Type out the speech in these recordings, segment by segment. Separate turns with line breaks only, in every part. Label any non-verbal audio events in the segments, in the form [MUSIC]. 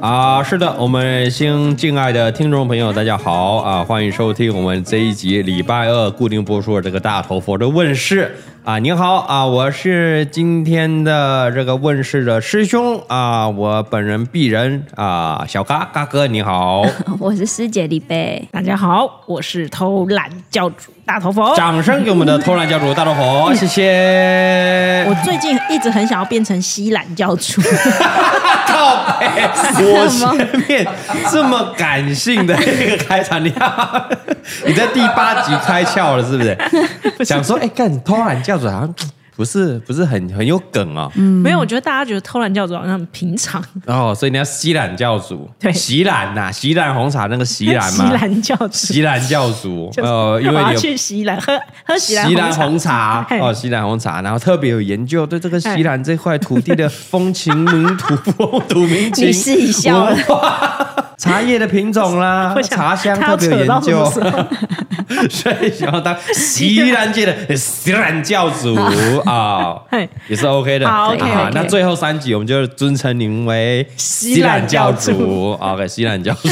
啊，是的，我们新敬爱的听众朋友，大家好啊！欢迎收听我们这一集礼拜二固定播出的这个大头佛的问世啊！您好啊，我是今天的这个问世的师兄啊，我本人鄙人啊，小嘎嘎哥你好，
我是师姐李贝，
大家好，我是偷懒教主大头佛。
掌声给我们的偷懒教主大头佛，谢谢。
我最近一直很想要变成西懒教主，
靠背，我前面这么感性的一个开场，你要你在第八集开窍了是不
[LAUGHS]
是？想说，哎、干偷懒教主好像嗯不是不是很很有梗哦，
没有，我觉得大家觉得偷懒教主好像很平常。
哦，所以你要洗懒教主，
对
洗懒呐、洗懒红茶那个洗懒
[LAUGHS] 西
嘛，
懒教主，
洗懒教主，
[LAUGHS] 就是
呃，因
我
为
要
你有
去西兰喝喝西兰
西兰红茶
嘿
哦，西兰红茶，然后特别有研究，对这个西兰这块土地的风情民土、风土民情，
你是一笑了
文化茶叶的品种啦
[LAUGHS] 我，想
茶香
他要
特别有
扯
研
到什
究，
么时候
[LAUGHS] 所以想要当西兰界的西兰教主啊
嘿，
也是 OK 的。
好，OK，
啊
OK
那最后三集我们就尊称您为
西兰教主
主，OK，西啊兰教主，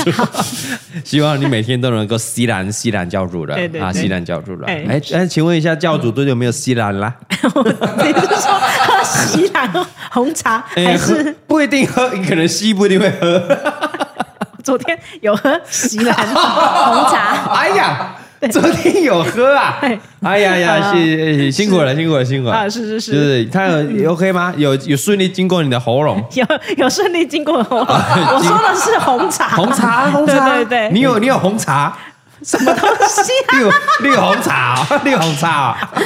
[LAUGHS] 希望你每天都能够西兰西兰教主的
对对
啊，
对
西兰教主的。
哎
哎，哎，请问一下，教主最近有没有西兰啦？
[LAUGHS] 你是说喝西兰红茶，还
[LAUGHS] 哎，喝
是
不一定喝，可能西不一定会喝。
昨天有喝西
[LAUGHS]
兰？
红茶。
哎呀，昨天有喝
[LAUGHS]
啊
对！
哎呀呀，
啊
谢谢辛苦了，辛苦了，辛苦了！
啊是是是嗯
就是他有 OK 吗？有有顺利经过你的喉
[LAUGHS]
咙？
有有顺利经过
[LAUGHS]
我，我说的是红茶，
哎红茶，啊红茶，
对对对，
你有你有红茶，
什么东 [LAUGHS] 西啊？
绿绿红茶 [LAUGHS] 哦，绿红茶哦，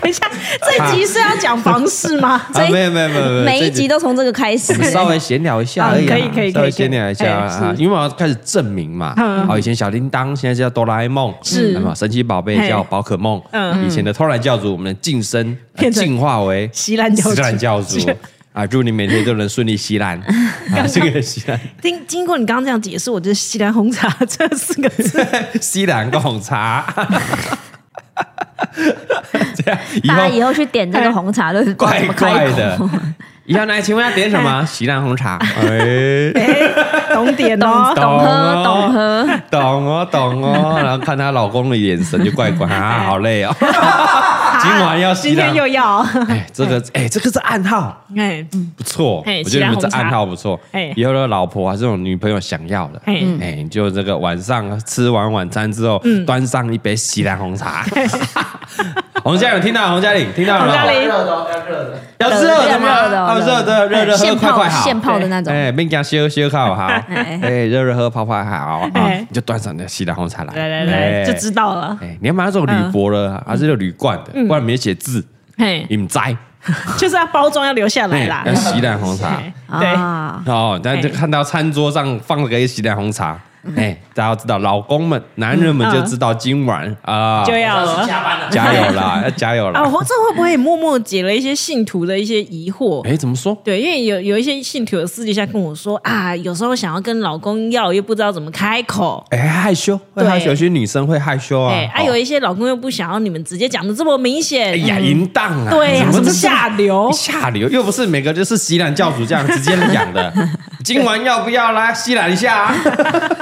等一下，这集是要讲房事吗？
这
啊
一
没有没有没有没有，
每
这
一集都从这个开始
[LAUGHS] 我，们稍微闲聊一下
啊
而已啊，
可以可以
稍微
可以
闲聊一下
可以哎
啊，
是
因为我要开始证明嘛。
嗯
哦，以前小叮当，现在叫哆啦 A 梦，
是
那么神奇宝贝
嘿
叫宝可梦，
嗯
以前的偷懒教主，我们的晋升呃
变成
进化为
西兰教主
西兰教主
是
啊，祝你每天都能顺利西兰啊，这个西兰
经经过你刚刚这样解释，我觉得“西兰红茶” [LAUGHS] 这四个字，
西兰贡茶，这样以
大家
后
以后去点这个红茶都是
怪怪的
怎么开口。
以后来，请问要点什么？西兰红茶。哎。
懂点
懂
[LAUGHS] 哦。
懂
哦
喝懂喝，
懂哦，懂哦，然后看她老公的眼神就怪怪啊，好累哦。今晚要洗
今天
了，
又要，
哎，这个哎，这个是暗号，
哎，
不错，
哎
我觉得你们这
西兰红茶
暗号不错
哎。
以后的老婆啊，这种女朋友想要的，
哎嗯
哎，你就这个晚上吃完晚餐之后，端上一杯西兰红茶。 [LAUGHS] 洪嘉玲听到，洪嘉玲听到了，
洪嘉玲
要啊热的吗？
热的哎
要热的，热热喝
现
快
泡
快好，
现泡的那种，
哎，别讲修修烤好，
哎
哎，热热喝泡泡好，啊
哎
你就端上那西兰红茶来，
来来
哎
来，就知道了。
哎，你要买那种铝箔的，还是那种铝罐的？不然没写字，
嘿，
你们摘。
就是要包装要留下来
哎，
啦
要。西兰红茶
哎对，
啊，
哎
哦，大家就看到餐桌上放了个西兰红茶，
嗯
哎，大家要知道，老公们、男人们就知道今晚啊，
嗯就要了。
[LAUGHS]
加油啦， [LAUGHS] 要加油
啊，
啦！
我这会不会也默默解了一些信徒的一些疑惑？
哎，怎么说？
对，因为有有一些信徒有私底下跟我说啊，有时候想要跟老公要，又不知道怎么开口。
哎，害羞，会
对
害羞，有些女生会害羞啊
哎，。啊，
哦
有一些老公又不想要你们直接讲的这么明
哎
显。
呀，淫荡啊！
嗯对呀，
怎
什么
这
下流？
下流，又不是每个就是西兰教主这样直接讲 [LAUGHS] 的。今晚要不要来西兰一下、啊？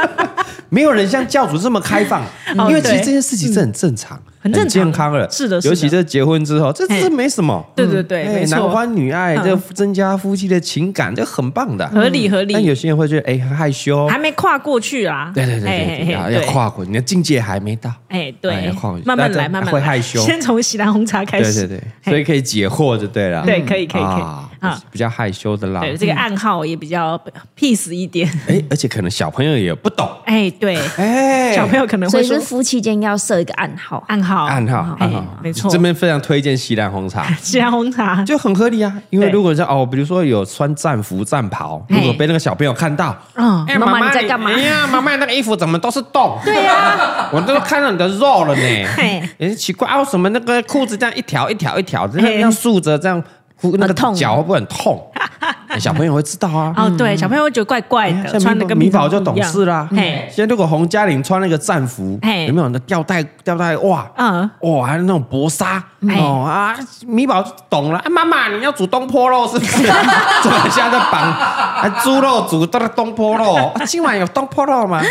[LAUGHS] 没有人像教主这么开放，
[LAUGHS] 哦
因为其实
对嗯
这件事情是很正常、
很正常
健康了。
是的是的
尤其这结婚之后，这
嘿
这没什么。
对对对，
哎
没
男
错，
欢女爱，
嗯
这增加夫妻的情感，这很棒的。
合理合
嗯
理
但有些人会觉得，哎，很害羞。
还没跨过去啦。
对对对对对，
嘿嘿
要
嘿
要跨过，你的境界还没到。
哎，
哎
对
要跨过去，
慢慢
大
来，
家
慢慢来
会害羞
先从西兰红茶开
对
始。
对对，
嘿
所以可以解惑就对了。
对可以可以可以
啊
啊
比较害羞的啦。
对，这个暗号也比较 peace 一点。
哎，而且可能小朋友也不懂，
哎，对，
哎，
小朋友可能
所
会
以
说
是夫妻间要设一个暗号，
暗号，
暗号，
哎
暗号，
没错。
这边非常推荐西兰红茶
西兰红茶，
就很合理啊，因为
对
如果是哦，比如说有穿战服、战袍，
嘿
如果被那个小朋友看到，
嗯，
哎，
妈妈
妈
你在干嘛
哎呀，妈妈那个衣服怎么都是洞？对呀， [LAUGHS] 我都看到你的肉了呢。
嘿
哎，奇怪啊，为什么那个裤子这样一条一条一条，这
嘿
样竖着这样，那个
很痛
脚会不会很痛？哎
小朋友会知道啊。
嗯
哦，对，小朋友会觉得怪怪的，
像
穿
米
的
宝
跟
米
平常
宝就
不一
懂
样
事啦。
嘿，
现在如果洪嘉玲穿那个战服，
嘿
有没有那吊带吊带哇？
嗯，
哇，还有那种薄纱
哎
哦啊！米宝懂了，啊妈妈，你要煮东坡肉是不
[LAUGHS]
是？怎么现在绑啊猪肉煮的东坡肉？啊今晚有东坡肉吗？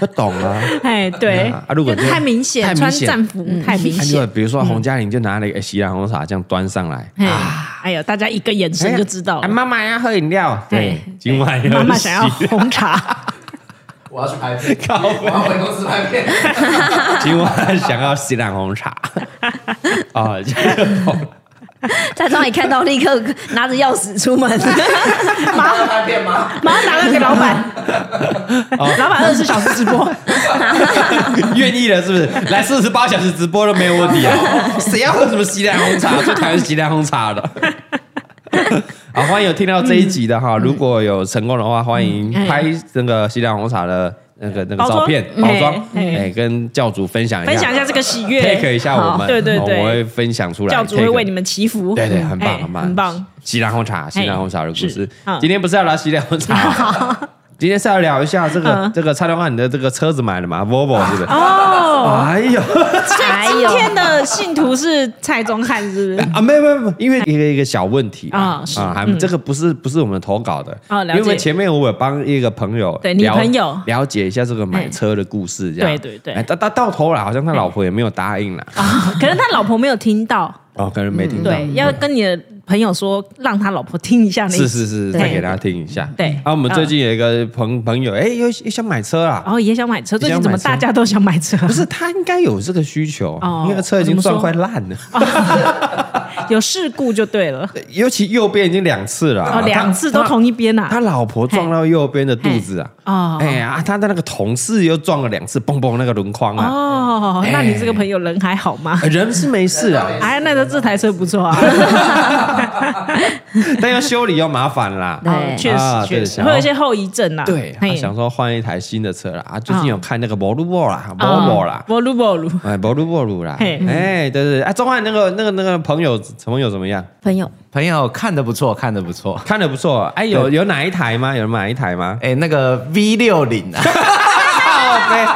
就懂了。
[LAUGHS] 哎，对
啊，如果
就是太明显
太，明
穿
显
战服
嗯
太明
哎
啊，就
显，
比如说洪嘉玲就拿了一个喜兰红茶这样端上来，
哎，哎呦，大家一个眼神就知道
哎呀啊
了。
妈妈要喝饮料，
对，
今晚要
妈妈想要红茶，
我要去拍片，我要回公司拍 [LAUGHS] 片。
[LAUGHS]
今晚想要喜兰红茶 [LAUGHS] 啊，这个懂
在那里看到，立刻拿着钥匙出
[LAUGHS]
门。
妈要拍片 [LAUGHS] 吗？
马上打给老
[LAUGHS]
板，老板二十四小时直
哎
播，
愿意了是不是？来四十八小时直播都没有问题啊！
[LAUGHS]
谁要喝什么西兰红茶？最讨厌西兰红茶的。 [LAUGHS] 好，欢迎有听到这一集的
嗯
哈，如果有成功的话，欢迎拍那个西兰红茶的那个那个
包装
照片
嗯
包装，
嗯
哎，跟教主分享一下，
分享一下这个喜悦，
take 一下我们，哦
好对对对
我会分享出来，
教主会
take
为你们祈福，
对对，很棒，
哎
很棒，
很棒。。哎
喜兰红茶，喜兰红茶的故事
是嗯。
今天不是要聊喜兰红
[LAUGHS]
茶，今天是要聊一下这个
嗯啊
这个蔡东汉，你的这个车子买了吗？Volvo 是不是？
哦，
哎
[LAUGHS]
呦
哎
今
呦，
天的信徒是蔡宗翰，
[LAUGHS]
是不是？
啊，没有没有没有，因为一个一个小问题啊
啊是
啊，还
嗯
这个不是不是我们投稿的
哦了
因为我们
解
前面我有帮一个朋友
对你
了
朋友
了解一下这个买车的故事，这样
对对对
哎到到到头来好像他老婆也没有答应了，
啊，可能他老婆没有听到，
哦，可能没听到，
嗯对，要跟你的朋友说，让他老婆听一下那一集
是是是，
对
再给大家听一下。
对嗯
啊，我们最近有一个朋朋友，哎，又又想买车啊啦，
然后哦也想买车，最
也想
近
买
怎么
车
大家都想买车？
不是，他应该有这个需求，
哦
因为车已经撞快烂了，
有事故就对了，
尤其右边已经两次了啊，
哦，两次都
他
同一边啊呐
他。他老婆撞到右边的肚子啊，
哦
哎呀，他的那个同事又撞了两次，嘣嘣那个轮框啊，
哦，那
哎
你这个朋友人还好吗？
人是没事啊，
[LAUGHS]
哎，那个这台车不错啊，
但要修理要麻烦啦。
对
哦确
啊
实确
对
实
想
会
要
有一些后遗症呐。
对，他
嘿
想说换一台新的车啦，啊，最近
哦
有看那个 Volvo 啦，Volvo 啦，
波鲁波鲁，
哎，Volvo Volvo 啦，
嘿
哎，对对，对啊，钟汉那个那个那个朋友朋友怎么样？
朋友，
朋友看的不错，看的不错。
看的不错，哎，有有哪一台吗？有哪一台吗？
哎、那个 V 六零啊，
靠背，靠背，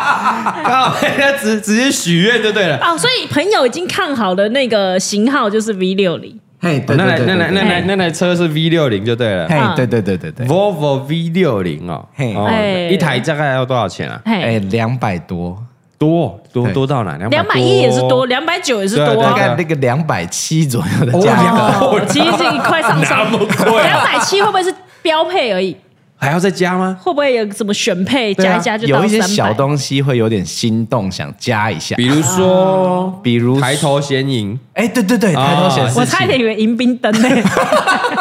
他啊哦 [LAUGHS] 直直接许愿就对了。
哦，所以朋友已经看好的那个型号就是 V 六零，
[LAUGHS] 嘿，对
那
对
台那
对
台那
对
台那台车是 V 六零就对了
对，嘿，对对对对对，
，Volvo V 六零哦，
嘿
哦
哎，
一台大概要多少钱啊？
哎，
嘿，
两百多，
多多
对
多到哪？
两百一也是多，，两百九也是多
对
大
对
啊。
概那个两百七左右的价格，
哦，其实这一块上
那
上
么贵啊
两百七会不会是标配而已？
还要再加吗？
会不会有什么选配
对啊
加一加就到
[LAUGHS] 有一些小
三百？
东西会有点心动，想加一下，
比如说
比如
抬，头显影，
哎，对对对，
哦
抬头显示器，
我差一点以为迎宾灯呢。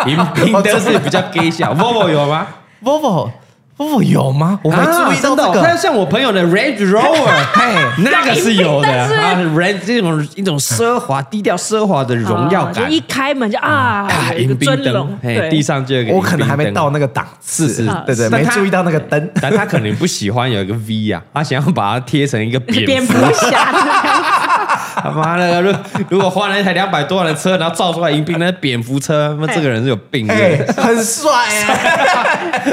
迎宾灯是比较 gay 笑，Volvo 有吗？
，Volvo Volvo 有吗？我没注意到
啊真的
这
哦
个
它，像我朋友的 Range Rover，嘿，那个是有的啊，Range 这种一种奢华、低调奢华的 [LAUGHS] 荣耀
啊就
感
一。开门就啊，
啊，
有一
迎
个
宾
尊
灯
龙，，
嘿，
对，
地上就有一个
我可能还
迎
没
宾灯啊
到那个档次，
是是
对对，
但
没
他
注意到那个灯，
[LAUGHS] 但他可能不喜欢有一个 V 啊，他想要把它贴
[LAUGHS]
成一个蝙
蝙
蝠
蝠。侠，
他妈的，如如果换了一台两百多万的车，然后造出来迎宾那蝙蝠车，那这个人是有病是不
哎
是，
很帅哎。
[LAUGHS]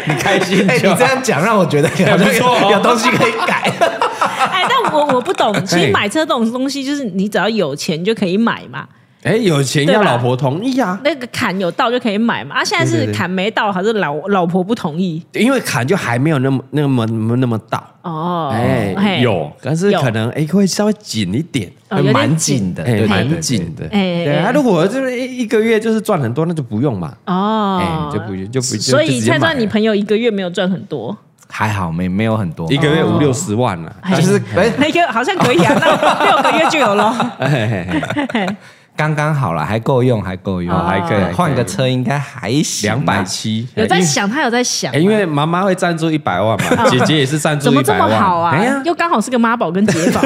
你开心
哎、
就
你这
好。
样讲让我觉得有
不错哦
有东西可以改。
哎，但我我不懂，
[LAUGHS]
其
嘿
实买车这种东西，就是你只要有钱就可以买嘛，
哎，有钱
对
要
吧
老婆同意啊，
那个坎有到就可以买嘛。啊，现在
对对
是
对
坎没到，还是老老婆不同意？
因为砍就还没有那么那么那么大。
哦，
哎，
嘿，
有，但是
有
可能哎会稍微紧一点，
[LAUGHS] 哦有点
蛮紧的，
哎，
对
蛮紧。的。
哎
对
哎
啊，
哎
如果就是一一个月就是赚很多，那就不用嘛。
哦
哎，就不就不就就
所以
直接
蔡
买
算你
了
朋友一个月没有赚很多，
还好没没有很多
一，
哦
个嗯月五六十万啊了。
嘿
就是哎，
那个好像可以啊，那六个月就有
[LAUGHS]
了。
哎嘿嘿嘿
刚刚好了，还够用，还够用，
哦还可以
对
还可以
换个车应该还行啊，
两百七，
有在
因为
想，他有在想啊
哎，，因为妈妈会赞助一百万嘛，姐姐也是赞助
怎么
一
这
百
么
万，
好啊
哎呀 [LAUGHS]
啊？又刚好是个妈宝跟姐宝，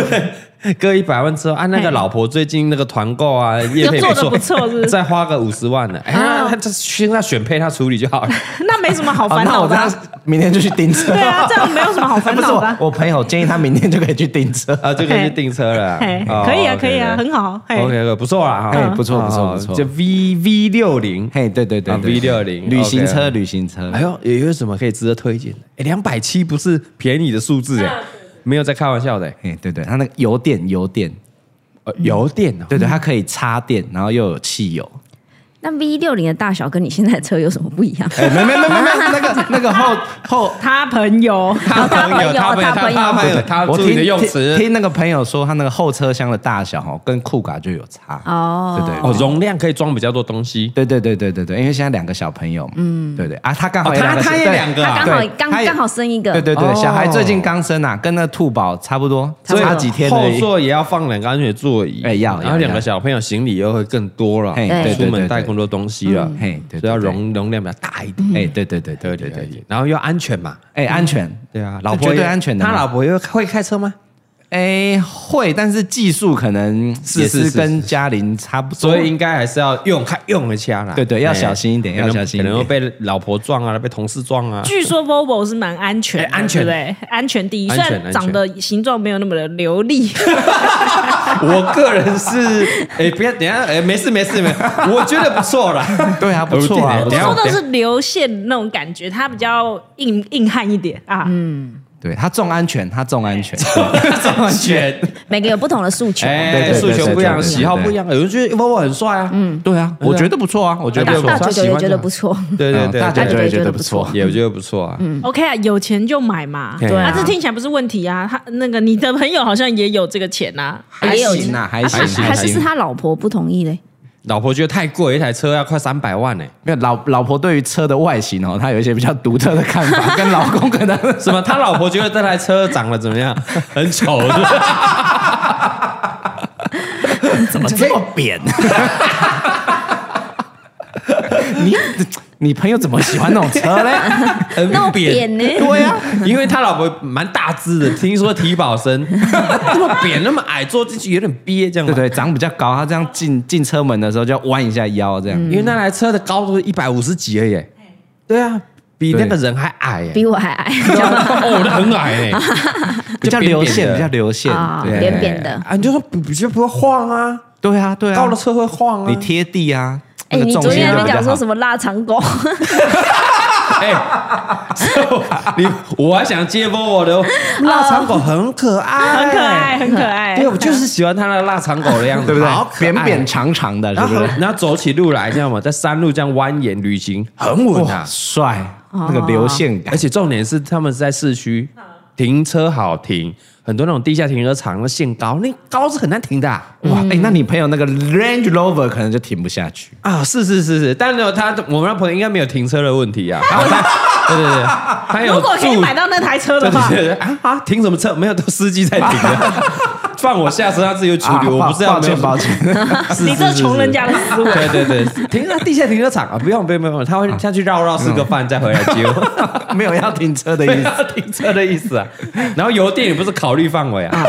割一百万之后啊，那个老婆最近那个团购啊，业配
做得
错，
不错是不是
再花个五十万呢，哎，那他这先让选配他处理就好了。
那没什么好
好，
烦
那
恼
我
的
哦
啊、
当时明天就去订车。
对啊，这样没有什么好
哎
[LAUGHS]
烦
[LAUGHS] 不是
恼的啊
我，。我朋友建议他明天就可以去订车。
啊，就可以去订车了啊
嘿，
哦
可以啊
OK，
可以啊
OK
很好嘿
OK，不错啦，
嘿
哈，
不错不错
哦
不错
就 V V 六零，
嘿，对对对
啊
对
V60
旅行
OK
车，旅行车。
哎呦，也有什么可以值得推荐的？哎，两百七不是便宜的数字哎，没有在开玩笑的哎，
哎，对对，它那个油电油电，
呃油电哦，
对对，它可以插电，然后又有汽油。
那 V 六零的大小跟你现在的车有什么不一样？
哎，没没没没没，那个那个后后 [LAUGHS]
他朋友，
他
朋友
他朋友，
他朋友
他朋友，他
我
注意你的
听
用
听
词
听那个朋友说，他那个后车厢的大小哦，跟酷卡就有差
哦
对对
哦，容量可以装比较多东西。
对对对对对对，因为现在两个小朋友嘛，嗯，对对啊，他刚好
哦
有
他
两个小，
他也
对
两个啊
他刚好刚刚好生一个
对对对，
哦
小孩最近刚生啊，跟那兔宝差不多，
所以
差几天而
后
已。
座也要放两个安全座椅，
哎要
然后
要
两个
要
小朋友行李又会更多了，
嘿
对
出
对
门
对
带
对嗯
更多东西了，
嘿对
所以要
对对
容容量比较大一点，
哎，对对对
对
对
对
对对，
对，然后又安全嘛，
哎，安全，
对啊，
这
老婆
绝对
也
安全的
他
嘛
老婆又会开车吗？
哎会，但是技术可能
是
也
是
是
是
跟嘉玲差不多，
所以应该还是要用看用一下啦，
对对要
哎
小心一点
可能
要小心一
可
点
能会被老婆撞啊，被同事撞
[LAUGHS]
啊，
[LAUGHS] 据说 Volvo 是蛮安全的，
哎安全
对不对？安全第一，
安
虽
全
然长得形状没有那么的流利，
我个人是， [LAUGHS] 哎，不要，等一下，哎，没事没事没
[LAUGHS]
事，我觉得不错啦，
对啊，不错啊，
我 [LAUGHS]
不
等一
错
下
说的是流线那种感觉，它比较硬硬汉一点啊。
对他重安全，他重安全，
安
[LAUGHS]
全，
每个有不同的诉求。
对
哎，
对对
诉求不一样，
对对对
喜好不一样，有人觉得 Volvo 很帅啊，嗯，
对啊，我觉得不错啊，我觉
大
得不
大
错，
九九也觉得不错，
对对对，
嗯大家
对
就
对
会
对
觉
觉
得
得
不
不
错
错，
也我觉得不错啊。
OK 啊，有钱就买嘛，
对啊
啊，这听起来不是问题啊。他那个你的朋友好像也有这个钱呐、
还行啊，还行
还行
还
还
是是。
行
他老婆不同意嘞？
老婆觉得太贵，一台车要快三百万呢、
没有老老婆对于车的外形哦，她有一些比较独特的看法，跟老公可能
什么？他老婆觉得这台车长得怎么 [LAUGHS] 样？很丑是不是
怎么这么扁？你你朋友怎么喜欢那种车嘞？
[LAUGHS] 很
那么扁呢
对呀、因为他老婆蛮大只的，听说体保 [LAUGHS] 生，那么扁那么矮，坐进去有点憋这样。啊
对对，长比较高，他这样进进车门的时候就要弯一下腰，这样、
因为那台车的高度一百五十几而已、对啊，比那个人还矮、耶。
比我还矮，
[LAUGHS] 哦，那很
[LAUGHS]
矮哎、
比较流线，比较流线，
啊
对
扁扁的
啊，你就说比比较不会晃啊，
对啊对啊，
高的车会晃啊。
你贴地啊，
哎，
那个
你
重
昨
心
天
就
还没
比较
讲说
好
什么腊肠狗，
[LAUGHS] 哎、是我哎 [LAUGHS] 你我还想接波我的 [LAUGHS] 腊肠狗很可爱，
很可爱，很可爱。
对，我就是喜欢它的腊肠狗的样子，
对不对
[LAUGHS] 好可？爱
扁扁。长长的，是
然
不
后
是？，
然后走起路来，你知道吗？在山路这样蜿蜒旅行，很稳
哇，
啊！
帅，那个流线感
而。且重点是，他们是在市区，停车好停，很多那种地下停车场的限高，那高是很难停的啊！
哇，
嗯
哎、那你朋友那个 Range Rover 可能就停不下 [LAUGHS] 去。
啊是是是是，但是他我们那朋友应该没有停车的问题啊。然后他，对对对，他有
如果可以
住
买到那台车
对
的话，
对对啊啊！停什么车？没有，都司机在停的。放我下车，他自己处理，
啊
我
抱
不知道。
抱歉抱
歉，
歉。
是
你这穷人。家的
是
思
是
维。
是对对对，停在地下停车场啊！不用不用不用，他会下去绕绕吃个饭再回来接我，
[LAUGHS] 没有要停车的
没有
意思。
要停车的意思啊。然后油电也不是考虑范围啊。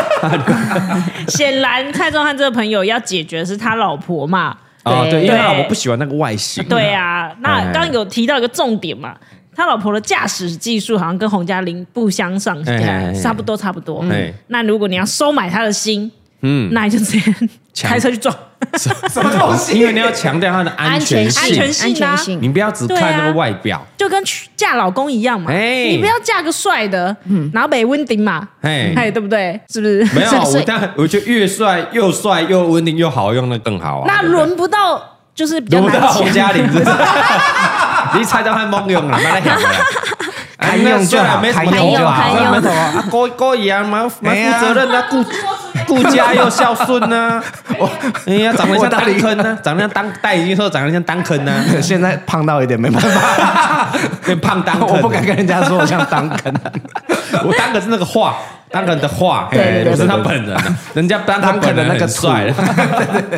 显然蔡宗翰这个朋友要解决的是他老婆嘛，
啊，对，因为
对
他老婆不喜欢那个外形。
[LAUGHS] 对啊，那
哎
刚刚有提到一个重点嘛，他老婆的驾驶技术好像跟洪嘉玲不相上下，
哎哎哎
差不多差不多。
哎
那如果你要收买他的心，
嗯，
那你就直接
抢
开车去撞，
什么东西？因为你要强调它的安全
安
性，
全性啊
安全性
你不要只看那个外表。
[LAUGHS] 就跟娶嫁老公一样嘛。
哎
你不要嫁个帅的，然后北温顶嘛，
哎
哎，对不对？是不是？
没有，
所
我
以
但我觉得越帅又帅又稳定又好用，那更好啊。
那
对不对
轮不到就是比较
轮
难
到洪
抢
嘉玲，真
[LAUGHS]
是，你猜到他蒙用了，那想哎了。
堪用就好
没什么
堪
头
用
发，
堪用
没什么头发啊，高高一样，蛮蛮
哎呀
负责任的，啊顾顾家又孝顺
[LAUGHS]
呐。哎呀，长得像当坑呢，长得像当戴眼镜说长得像当坑呢，
[LAUGHS] 现在胖到一点没办法，
变胖当坑。
[LAUGHS]
啊
我不敢，跟人家说我像当坑，
我当坑是那个画，当坑的画，
对对
哎
对
不是他
[LAUGHS] 对对
本人啊，人家当
当
坑本
坑的
人
[LAUGHS] 那个
很帅啊
图。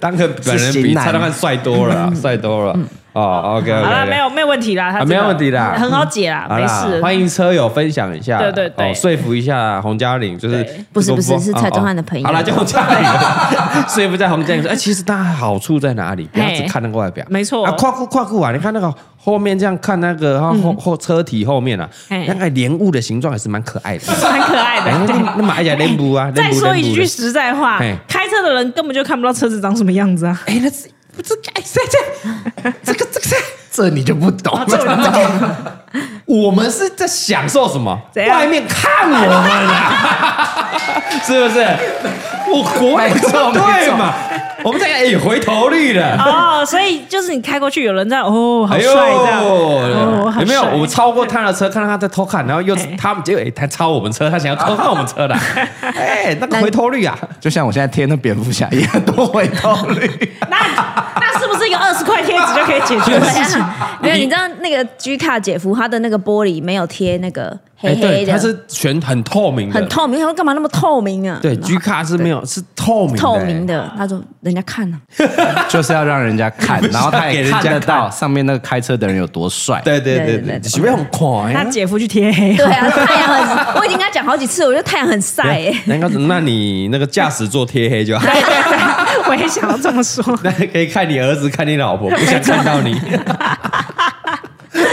当个本人
是
比 [LAUGHS]
型男 [LAUGHS] 嗯
蔡康永帅多了啊，帅多了啊！哦，OK，
好啦，没有没有问题啦，他
啊
这个
没问题啦嗯
很好解啦，
好
没
啦
事。
欢迎车友分享一下，
对对对
哦说服一下洪嘉玲，就是
对
不是不是
哦
是蔡宗翰的朋友
哦好了，叫洪嘉玲， [LAUGHS] 说服在洪嘉玲说，哎，其实它好处在哪里？不要只
嘿
看那个外表，
没错嗯
啊，跨酷跨酷啊，你看那个后面这样看那个啊后后车体后面啊，
嘿
那个莲雾的形状还是蛮可爱的，
蛮可爱
哎
的。对
那那买起来莲雾啊，
[LAUGHS] 再
莲雾
说一句
莲雾的
实在话
嘿，
开车的人根本就看不到车子长什么样
[LAUGHS]
子啊！
哎，那是这哎这这这个 [LAUGHS] 这个。
这你就不懂
这我就
[LAUGHS] 我们是在享受什么？
怎样
外面看我们啊，
[LAUGHS]
是不是？我国外
没错没
对
错
嘛？我们在哎回头率的，
哦，所以就是你开过去，有人在哦，好
哎
帅
呦，
这样，哦，好
有没有？
帅
我超过他的车，看到他在偷看，然后又
哎
他们结果哎，他超我们车，他想要偷看我们车的，哎，那个回头率啊，
就像我现在贴那蝙蝠侠
[LAUGHS]
一样，多回头率。
那那是不是一个二十块贴纸就可以解
[LAUGHS]
决的事情？
啊 [LAUGHS] 没有，你知道那个 G 卡姐夫他的那个玻璃没有贴那个黑
哎，
黑
对，
的，
它是全很透明的，
很。透明。他说干嘛那么透明啊？
对
然后
，G 卡是没有，是透明的，
透明的，他说人家看啊呢、
[LAUGHS] 就是要让人
[LAUGHS]
家看，然后他
给
也
人家
看得到
看
上面那个开车的人有多帅。
哎。对对
对
对
对
对，
对
随便很快
他
啊。
姐夫去贴黑，
对啊，太阳很，我已经跟他讲好几次，我觉得太阳很晒、欸。
那个，那你那个驾驶座贴黑就好。
对对
哎
对，我也想要这么说。
那可以看你儿子，看你老婆，不想看到你。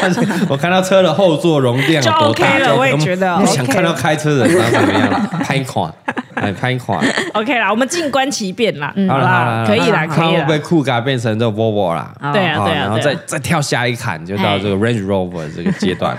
但是我看到车的后座容量有多大，
就 OK 了
就
我也觉得
嗯
OK
想看到开车的人长怎么样，拍款，哎，拍款，
OK 啦，我们静观其变啦，嗯好
嗯好了好了
啦，，可以啦，
看
可以
会不会
啦。
酷咖变成这 Volvo 啦？
对啊，
好
对
然
啊，
后
对
再
啊。
再跳下一坎，就到这个
哎
Range Rover 这个阶段。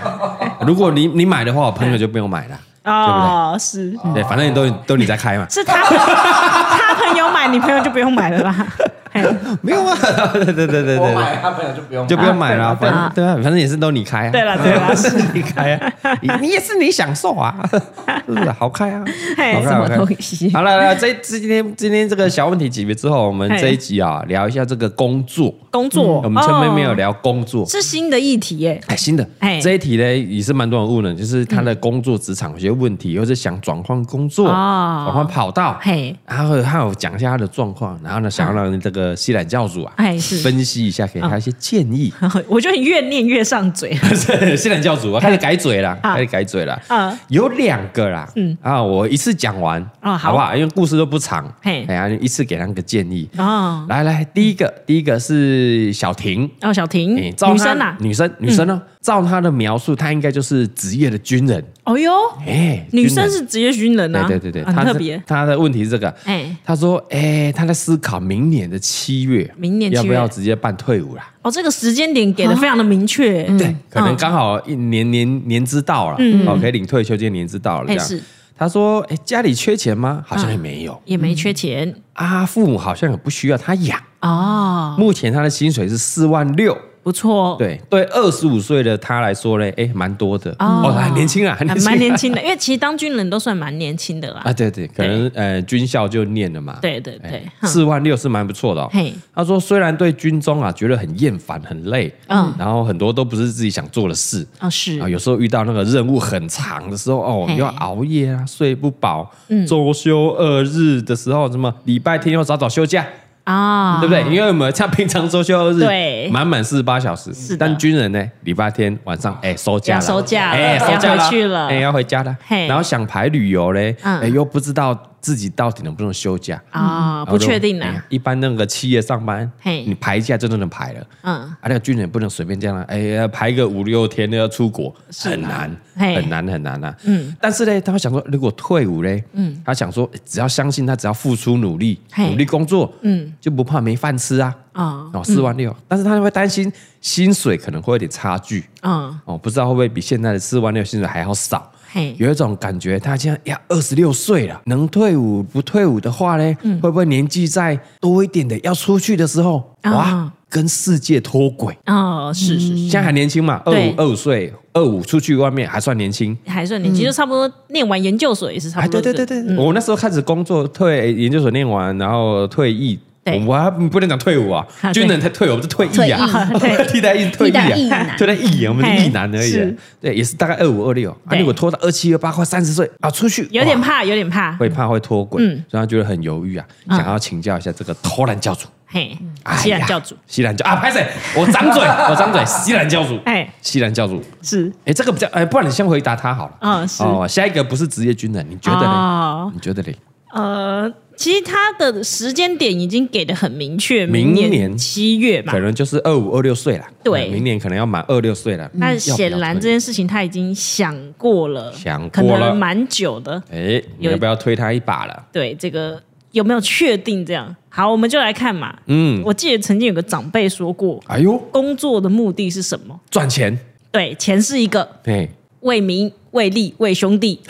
如果你你买的话，我朋友就不用买了，
哦，是
对，反正你都都你在
[LAUGHS]
开嘛，
是他他朋友买，你朋友就不用买了啦。嘿
没有啊，对对对对对
我
对。
他朋友就不用
就不用买了啊，
啊
反正对啊，反正也是 [LAUGHS] 都你开啊。
对啦对啦
是你开啊，你你也是你享受啊，
[LAUGHS]
是不是？好开啊，
嘿
好开
什
好
么
开。
东西？
好了，来这今天今天这个小问题解决之后，我们这一集啊聊一下这个工作。
工作，
嗯我们前面没有
哦，
聊工作，
是新的议题耶。 [LAUGHS]
哎，新的
哎嗯
这一题呢也是蛮多人问的，就是他的工作职场有些问题，或者想转换工作、
哦
转换跑道，
嘿，啊
然后还有讲一下他的状况，然后呢，想要让这个西兰教主啊
哎是哦
分析一下，给他一些建
[LAUGHS]
议。
我觉得你越念越上嘴。
是现在教主啊，开始改嘴了，
啊
开始改嘴了。
啊
有两个啦，嗯啊，我一次讲完
啊
好
好
不好？因为故事都不长，
嘿
哎呀，一次给他们个建议。
哦
来来，第一个，第一个是小婷，
哦，小婷，
哎照她
女生啊嗯呐，
女生，女生呢？照她的描述，她应该就是职业的军人，
哦哟，
哎，
女
军
生
人
是职业军人啊，
对对对对，
很
她
特
是
别。
她的问题是这个，
哎，
她说，哎，她在思考明年的七月，
明年
要
七
不
月
要直接办退伍啦？
哦，这个时间点给的非常的明确，嗯对
可能刚好一年年年资到了，哦，可以领退休金，年资到了这
嗯哎
样
是。哎
他说：“哎，家里缺钱吗？好像也没有
也没缺钱
啊，父母好像也不需要他养。
哦，
目前他的薪水是四万六，
不错，
对对，二十五岁的他来说嘞，哎，蛮多的哦，还年轻啊，还
还
年轻啊
蛮年轻的，因为 [LAUGHS] 其实当军人都算蛮年轻的啦
啊，。对对，可能呃军校就念了嘛，
对对对
哎，
哼
四万六是蛮不错的哦
嘿。
他说虽然对军中啊觉得很厌烦、很累，嗯
嗯，
然后很多都不是自己想做的事，
哦是
啊，，有时候遇到那个任务很长的时候，哦，
嘿嗯
又要熬夜啊，睡不饱，周休二日的时候，什么礼拜天又早早休假，
啊，
对不对？因为我们像平常周休二日，
对
满满四十八小时，
的
但军人呢，礼拜天晚上哎收假了，
要收假了
哎收假
要回去了
哎要回家了，
嘿
然后想排旅游嘞，
嗯
哎又不知道自己到底能不能休假。
啊，
然后
不
就
确定
哎呀
啊，
一般那个企业上班，
嘿
你排假就真的能排了。
嗯，
啊，那个军人不能随便这样啊，哎呀，排个五六天要出国，很难，
啊嘿
很难，很难啊。嗯，但是呢，他会想说，如果退伍嘞，嗯，他想说，只要相信他，只要付出努力，
嘿
努力工作，嗯，就不怕没饭吃啊。
哦
哦，四万六，但是他会担心薪水可能会有点差距，
嗯，
哦，不知道会不会比现在的四万六薪水还要少。
嘿，
有一种感觉，他现在呀二十六岁了，能退伍不退伍的话呢，
嗯
会不会年纪再多一点的，要出去的时候，哇
啊，
跟世界脱轨？
哦是是是，
现在还年轻嘛，二
对
五二五岁，二五出去外面还算年轻。
还算年轻，就差不多念完研究所也是差
哎，对
不多嗯
对
这个，
对对，我那时候开始工作，退哎研究所念完，然后退役。
对
我还不能讲退伍啊，
啊对
军人才退伍，不是退役啊， [LAUGHS]
退役对
替代役退
替
役
代役
啊，
男
退代役，我们是
嘿
役男而已啊
是。
对，也是大概二五二六啊，
对
如果拖到二七二八快三十岁啊，出去
有点
哇
怕，有点怕，
会怕会脱轨，
嗯
所以他觉得很犹豫啊，
嗯
想要请教一下这个偷懒教主，
嘿，
哎呀
啊西兰教主，
西兰教啊，拍谁？我张
[LAUGHS]
嘴，我张嘴，西兰教主，
哎，
西兰教主，
是，
哎，这个比较，哎，不然你先回答他好了。
嗯，是，
哦，下一个不是职业军人，你觉得呢？
哦
你觉得嘞？
呃，其实他的时间点已经给的很明确，
明年
年七月嘛
可。能就是二五二六岁了，哎
对
明年可能要满二六岁了。
那
嗯
显然这，件事情他已经想过了，
想过
可
了
能蛮久的。
要不要推哎，你
有
要不要推他一把了？
对这个有没有确定？这样好，我们就来看嘛。
嗯，
我记得曾经有个长辈说过，
哎呦，
工作的目的是什么？
赚钱，
对，钱是一个
哎，
为民、为利、为
[LAUGHS]
兄弟。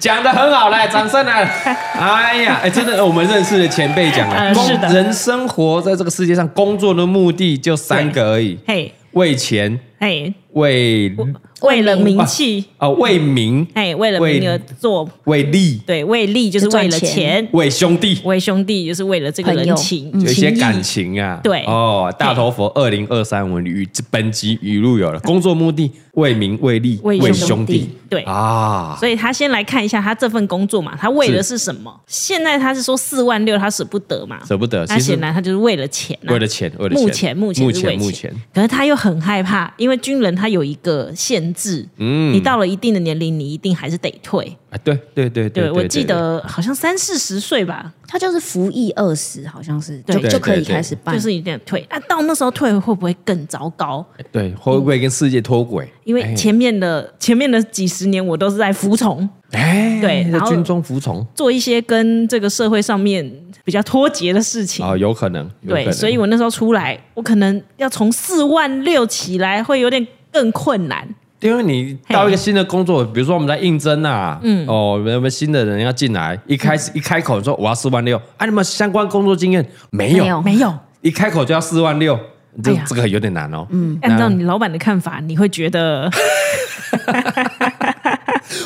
讲的很好，来，掌声
[LAUGHS]
来！哎呀，哎，真的，我们认识的前辈讲了，
呃是的
工人生活在这个世界上，工作的目的就三个而已：
嘿，
为钱、
嘿，
为
为了名气，
啊、为民、
嘿，为了
为
名而做，
为利、
对，为利就是为了
就赚
钱，
为兄弟，
为兄弟就是为了这个
朋友嗯
人情，
有一些
嗯情谊
感情啊。
对
哦，大头佛二零二三，我们与本集语录有了工作目的，为民、为利、
为
兄
兄弟
弟
对
啊。
所以他先来看一下他这份工作嘛，他为的是什么？现在他是说四万六，他舍不得嘛，
舍不得
那
其实
显然他就是为了钱、啊，
为了钱为了钱
目前
目
目前是
前
为
目
钱
前，
可是他又很害怕，因为军人他有一个限制，
嗯
你到了一定的年龄，你一定还是得退。
啊，对对对
对
对，
我记得好像三四十岁吧，
他就是服役二十，好像是就
对
就可以
对对
开始办，
就是一定得退。啊，到那时候退会不会更糟糕？
对，会不会跟世界脱轨？
因为前面的、前面的几十年我都是在服从，
哎，
对
在
然后
军中服从
做一些跟这个社会上面比较脱节的事情。
啊、有可能，有可
对，
能
所以我那时候出来，我可能要从四万六起来，会有点更困难。
因为你到一个新的工作，比如说我们在应征啊，嗯，哦，我们新的人要进来，一开
嗯
始一开口说我要四万六，啊，你们相关工作经验没有？
没有
哦没有，
一开口就要四万六，这、
哎呀
这个有点难哦。嗯，
[LAUGHS] 按照你老板的看法，你会觉得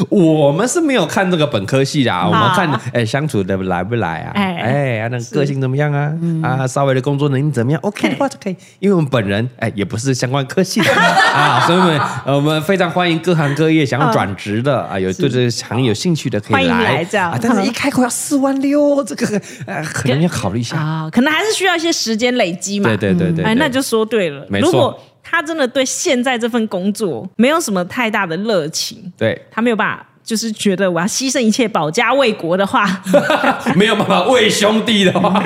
我们是没有看这个本科系的、啊，我们
啊
看哎相处的来不来啊？哎
哎
哎，啊那个个性怎么样啊？啊，稍微的工作能力怎么样？OK 的话就可以，因为我们本人哎也不是相关科
[LAUGHS]
系的啊，所以我们呃我们非常欢迎各行各业想要转职的啊，有对这个行业有兴趣的可以
嗯欢迎
来
来这样嗯
啊但是一开口要四万六，这个呃可能要考虑一下。
[LAUGHS] 啊，可能还是需要一些时间累积嘛。
对对对对，
哎，那
对
就说对了。
没错
如果他真的对现在这份工作没有什么太大的热情，
对。
他没有办法，就是觉得我要牺牲一切保家卫国的话， [LAUGHS]
没有办法为兄弟的话，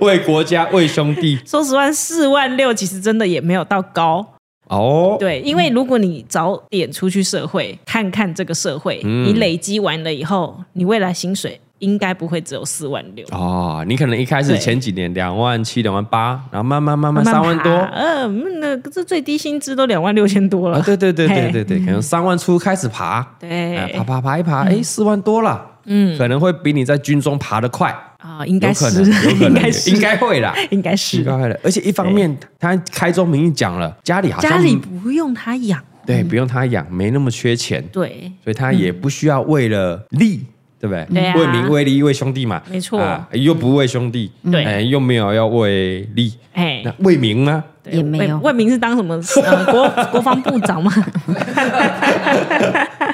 为国家为兄弟
说实话，四万六其实真的也没有到高。
哦。
对，因为如果你早点出去社会看看这个社会，
嗯
你累积完了以后，你未来薪水应该不会只有四万六，
哦，你可能一开始
对
前几年两万七、两万八，然后慢慢慢慢
慢慢
三万多
爬嗯，那这最低薪资都两万六千多了。
啊，对对对对
嘿嗯
对对，可能三万出开始爬，
对嗯
哎爬爬爬一爬，哎，四万多了，嗯，可能会比你在军中爬得快，
啊，应
有
该
可
是
能，有，可
[LAUGHS] 应
能
该，
应
是，
该会啦，
应该
应该
是，
会了。而且一方面，他开宗明义讲了，家里好像
家里嗯不用他养，
对不用他养，没那么缺钱，
对，
所以他也不需要为了利，对不对？
嗯对啊
为民为利为兄弟嘛，
没错嗯
啊又不为兄弟，
对
哎，又没有要为利，
哎
那，为民
[LAUGHS]
呢？
对
也没
魏
有
魏明是
[LAUGHS]
当什么呃国国防部长吗？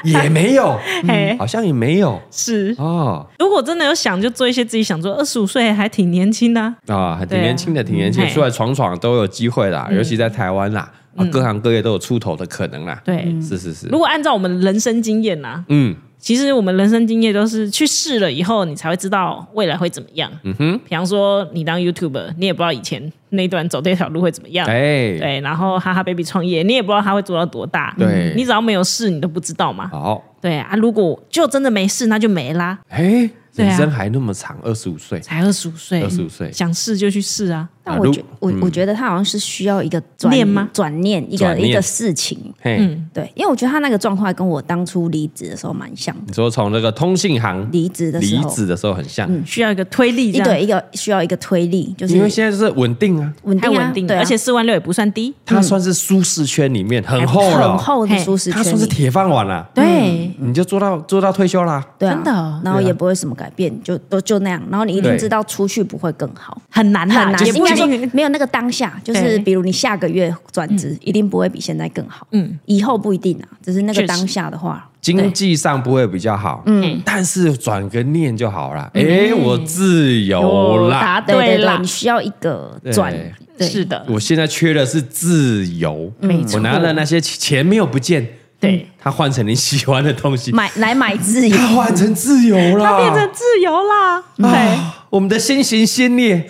也没有，嗯
哎，
好像也没有
是，
哦
如果真的有想，就做一些自己想做，二十五岁还挺年轻的啊，
啊，还挺
对啊
年轻的，挺年轻的，
嗯
出来闯闯都有机会
嗯
啦，尤其在台湾啦，啊，各行各业都有出头的可能啦。
对。
是是是
如，果按照我们人生经验呐、
嗯，
其实我们人生经验都是去试了以后，你才会知道未来会怎么样。嗯哼，比方说你当 YouTuber，你也不知道以前那一段走这条路会怎么样。
哎，
对，然后哈哈 baby 创业，你也不知道他会做到多大。
对
你只要没有试，你都不知道嘛。
好，
对啊，如果就真的没试，那就没啦。
哎，
对啊
人生还那么长，二十五岁，
才二十五岁，
25岁
想试就去试啊。
但
啊
我
如
觉我我觉得他好像是需要一个转
念吗
转念一个
转念
一个事情，
嘿，
对，因为我觉得他那个状况跟我当初离职的时候蛮像的，
你说从这个通信行
离职的时
离
候，嗯
职的时候很像，
需要一个推力，
一
这
对
样
一个需要一个推力，就是
因为现在是稳定啊，
稳
太
定啊
稳定了，
对啊，
而且四万六也不算低。
它算是舒适圈里面很厚了，
很厚的
嘿
舒适
它
圈
算是
里，
铁饭碗了，
对
你就做到做到退休啦。
对啊，
真的哦
然后也不会什么改变，就都就那样，然后你一定
对
知道出去不会更好。
很难啊
很难，
也
应
不
该
一
说
定
没有那个当下，就是
对
比如你下个月转职，一定不会比现在更好。嗯，以后不一定啊，只是那
嗯确
个
实
当下的话，
经济上不会比较好，嗯，但是转个念就好了。哎，我自由
嗯有
啦，
答
啊对
对
对对，
啦
你，需要一个
对
转，对
是的，
我现在缺的是自由，
嗯没错
我拿了那些钱钱没有不见，
对，
它换成你喜欢的东西，
买来买自由
它，换成自由了，
嗯它变成自由啦，对。
啊，我们的先行先烈，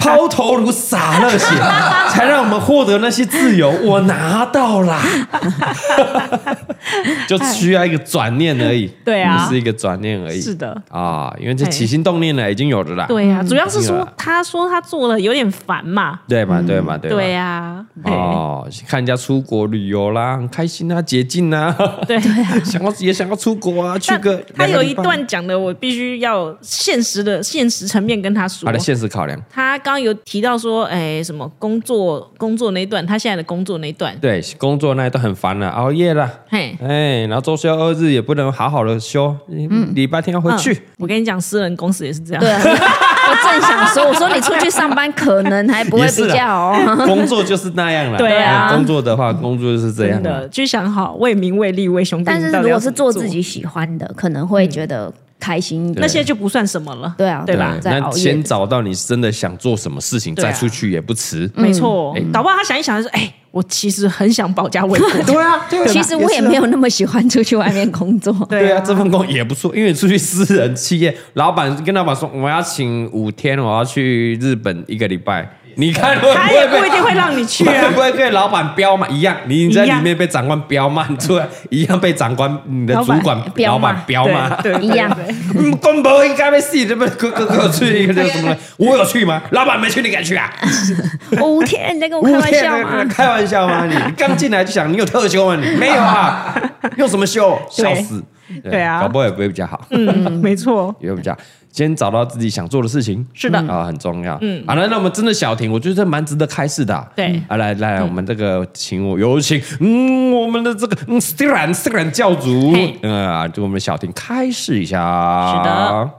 抛头颅洒热
[LAUGHS]
血，才让我们获得那些自由。我拿到
[LAUGHS]
啦，就需要一个转念而已。
对啊
是一个转念而已。
是的
啊，因为这起心动念呢，已经有的啦。
对呀、主要是
是
说
啊
他说他做了有点烦嘛。
对嘛，对嘛，对嘛。
嗯对呀、
哦，看人家出国旅游啦，很开心啊，捷径啊， [LAUGHS]
[LAUGHS]
对对啊。
想要也想要出国啊，去
但
个
他
两个
有
礼
一
拜
段讲的，我必须要现实的现实层面跟他说
他。的现实考量，
他刚刚有提到说，哎，什么工作工作那一段，他现在的工作那一段，
对工作那一段很烦了，熬夜了。
嘿，
哎，然后周休二日也不能好好的休，礼拜天要回去
嗯。我跟你讲，私人公司也是这
[LAUGHS]
样。
对啊。我正想说，我说你出去上班可能还不会
也是
啊
比
啦
较好哦。
嗯
工作就是那样了，哎
[LAUGHS] 对啊
工作的话，工作就是这样
真的，
的。
就想好为民为利为兄弟。
但是
你到底
如
要
果
怎
是
么
做
做嗯
自己，喜欢的，可能会觉得开心一点。
那些就不算什么了。
对啊
对吧
对？在
那
熬夜
先找到你真的想做什么事情，
对啊嗯
再出去也不迟。
嗯
没错，
哎
搞不好他想一想，说，哎，我其实很想保家
[LAUGHS]
卫国。
对啊，对啊
其实我也没。
是啊
有那么喜欢出去外面工作。
对啊，这份工也不错，因为你出去私人企业，老板跟老板说我要请五天，我要去日本一个礼拜，你看会
他
不
也
会
不
被
一定会让你去
[LAUGHS] 会
啊。
不会被老板彪骂一样？你在里面被长官彪骂，你出来一样被长官、你的
老
主
板
管、
彪
老
骂
板彪骂。
[LAUGHS] 对，
[LAUGHS] 一样
对
嗯，公婆应该被戏，这不哥哥哥去一个叫什么？我有去吗？老板没去，你敢去啊？
哦五天，你在跟我开玩笑吗？
开玩笑吗？你刚进来就想你有特休吗？你没有啊？用什么休？笑
对
死！
对啊
搞不好也不会比较好，
嗯，没错，
也会比较好。先找到自己想做的事情，
是的
啊，很重要。嗯，好了，那我们真的小婷，我觉得这蛮值得开始的啊。
对嗯
啊，来来，我们这个请我有请，嗯，我们的这个嗯，虽然虽然教主
嘿，
嗯啊，就我们小婷开始一下。
是的。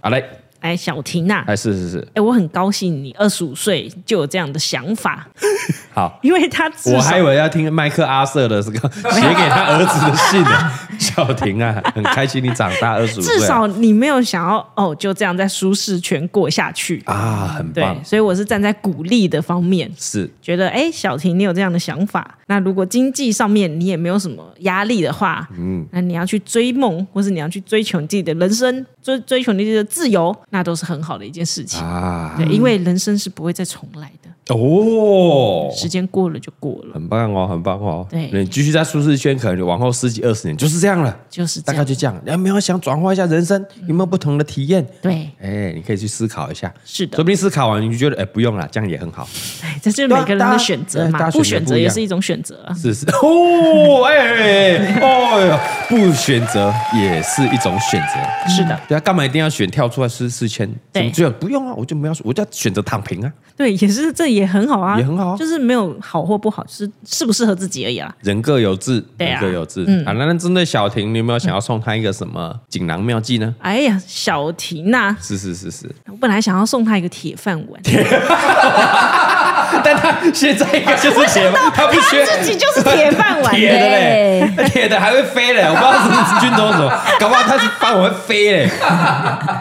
好嘞，
哎，小婷呐、啊，
啊哎，是是是，
哎，我很高兴你二十五岁就有这样的想法，
[LAUGHS] 好。
因为他至
我
少
还以为要听麦克阿瑟的这个写给他儿子的信呢。 [LAUGHS] 小婷啊，很开心你长大二十五岁，啊
至少你没有想要哦，就这样在舒适圈过下去。
啊，很棒
对，，所以我是站在鼓励的方面，
是
觉得哎，小婷你有这样的想法，那如果经济上面你也没有什么压力的话，嗯，那你要去追梦，或是你要去追求你自己的人生，追追求你自己的自由，那都是很好的一件事情。
啊，
对，因为人生是不会再重来的，
哦，
时间过了就过了，
很棒哦，很棒哦。
对
你继续在舒适圈，可能往后十几二十年就是这样了，
就是这
大概
样。
就这样。你有没有想转化一下人生？有没有不同的体验？
对，
哎，你可以去思考一下，
是
说
的
不，定思考完你就觉得，哎，不用了，这样也很好。
哎，这就是每个人的选择
对啊大家
嘛，不
对
选
选择
择
不一样
也是一种选择啊。
是是 [LAUGHS] 哦，哎哎，哎哎呦，不选择也是一种选择。
是的，
对啊，干嘛一定要选跳出来舒适圈？
对
怎么就不用啊，我就没有，我就要选择躺平啊。
对，也是这也很好啊，
也很好啊
就是没有好或不好，就是适不适合自己而已啦。
人各有志，
对
人
啊
各有志。啊，那那针对小婷，你有没有想要送她一个什么锦囊妙计呢？
哎呀，小婷呐、
是是是是，
我本来想要送她一个铁饭碗，
[LAUGHS] 但她现在应该就是铁，
[LAUGHS]
她不缺
自己就是铁饭碗。
铁的嘞，铁的还会飞嘞，我不知道是不是军种什么， [LAUGHS] 搞不好她是饭碗会飞 [LAUGHS] 嘞，